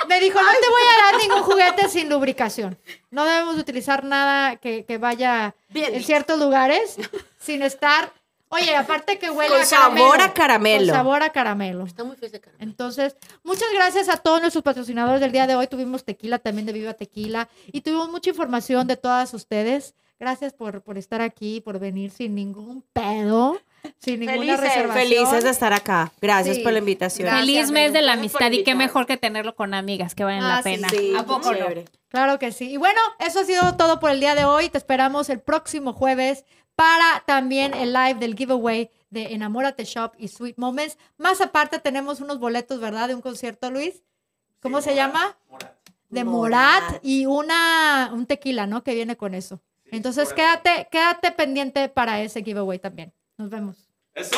[SPEAKER 1] Me dijo, no te voy a dar ningún juguete sin lubricación. No debemos utilizar nada que, que vaya
[SPEAKER 2] Bien
[SPEAKER 1] en
[SPEAKER 2] dicho.
[SPEAKER 1] ciertos lugares sin estar... Oye, aparte que huele
[SPEAKER 5] Con
[SPEAKER 1] a caramelo.
[SPEAKER 5] sabor a caramelo.
[SPEAKER 1] Con sabor a caramelo.
[SPEAKER 2] Está muy feo ese cara.
[SPEAKER 1] Entonces, muchas gracias a todos nuestros patrocinadores del día de hoy. Tuvimos tequila también de Viva Tequila y tuvimos mucha información de todas ustedes. Gracias por, por estar aquí, por venir sin ningún pedo, sin ninguna
[SPEAKER 2] Felices,
[SPEAKER 1] reservación.
[SPEAKER 5] Felices de estar acá. Gracias
[SPEAKER 4] Sí.
[SPEAKER 5] por la invitación.
[SPEAKER 4] Gracias,
[SPEAKER 8] Feliz mes de la
[SPEAKER 2] Gracias por
[SPEAKER 8] amistad y qué
[SPEAKER 2] invitarme.
[SPEAKER 8] mejor que tenerlo con amigas que valen
[SPEAKER 1] Ah,
[SPEAKER 8] la
[SPEAKER 1] sí,
[SPEAKER 8] pena.
[SPEAKER 5] Sí,
[SPEAKER 8] ¿A poco no?
[SPEAKER 5] chévere.
[SPEAKER 1] Claro que sí. Y bueno, eso ha sido todo por el día de hoy. Te esperamos el próximo jueves para también el live del giveaway de Enamórate Shop y Sweet Moments. Más aparte tenemos unos boletos, ¿verdad? De un concierto, Luis. ¿Cómo se
[SPEAKER 6] Sí, Morat,
[SPEAKER 1] llama?
[SPEAKER 6] Morat.
[SPEAKER 1] de
[SPEAKER 5] Morat.
[SPEAKER 1] Morat y una un tequila, ¿no? Que viene con eso.
[SPEAKER 6] Sí,
[SPEAKER 1] Entonces
[SPEAKER 6] Morat.
[SPEAKER 1] quédate, quédate pendiente para ese giveaway también. Nos vemos.
[SPEAKER 6] ¡Eso!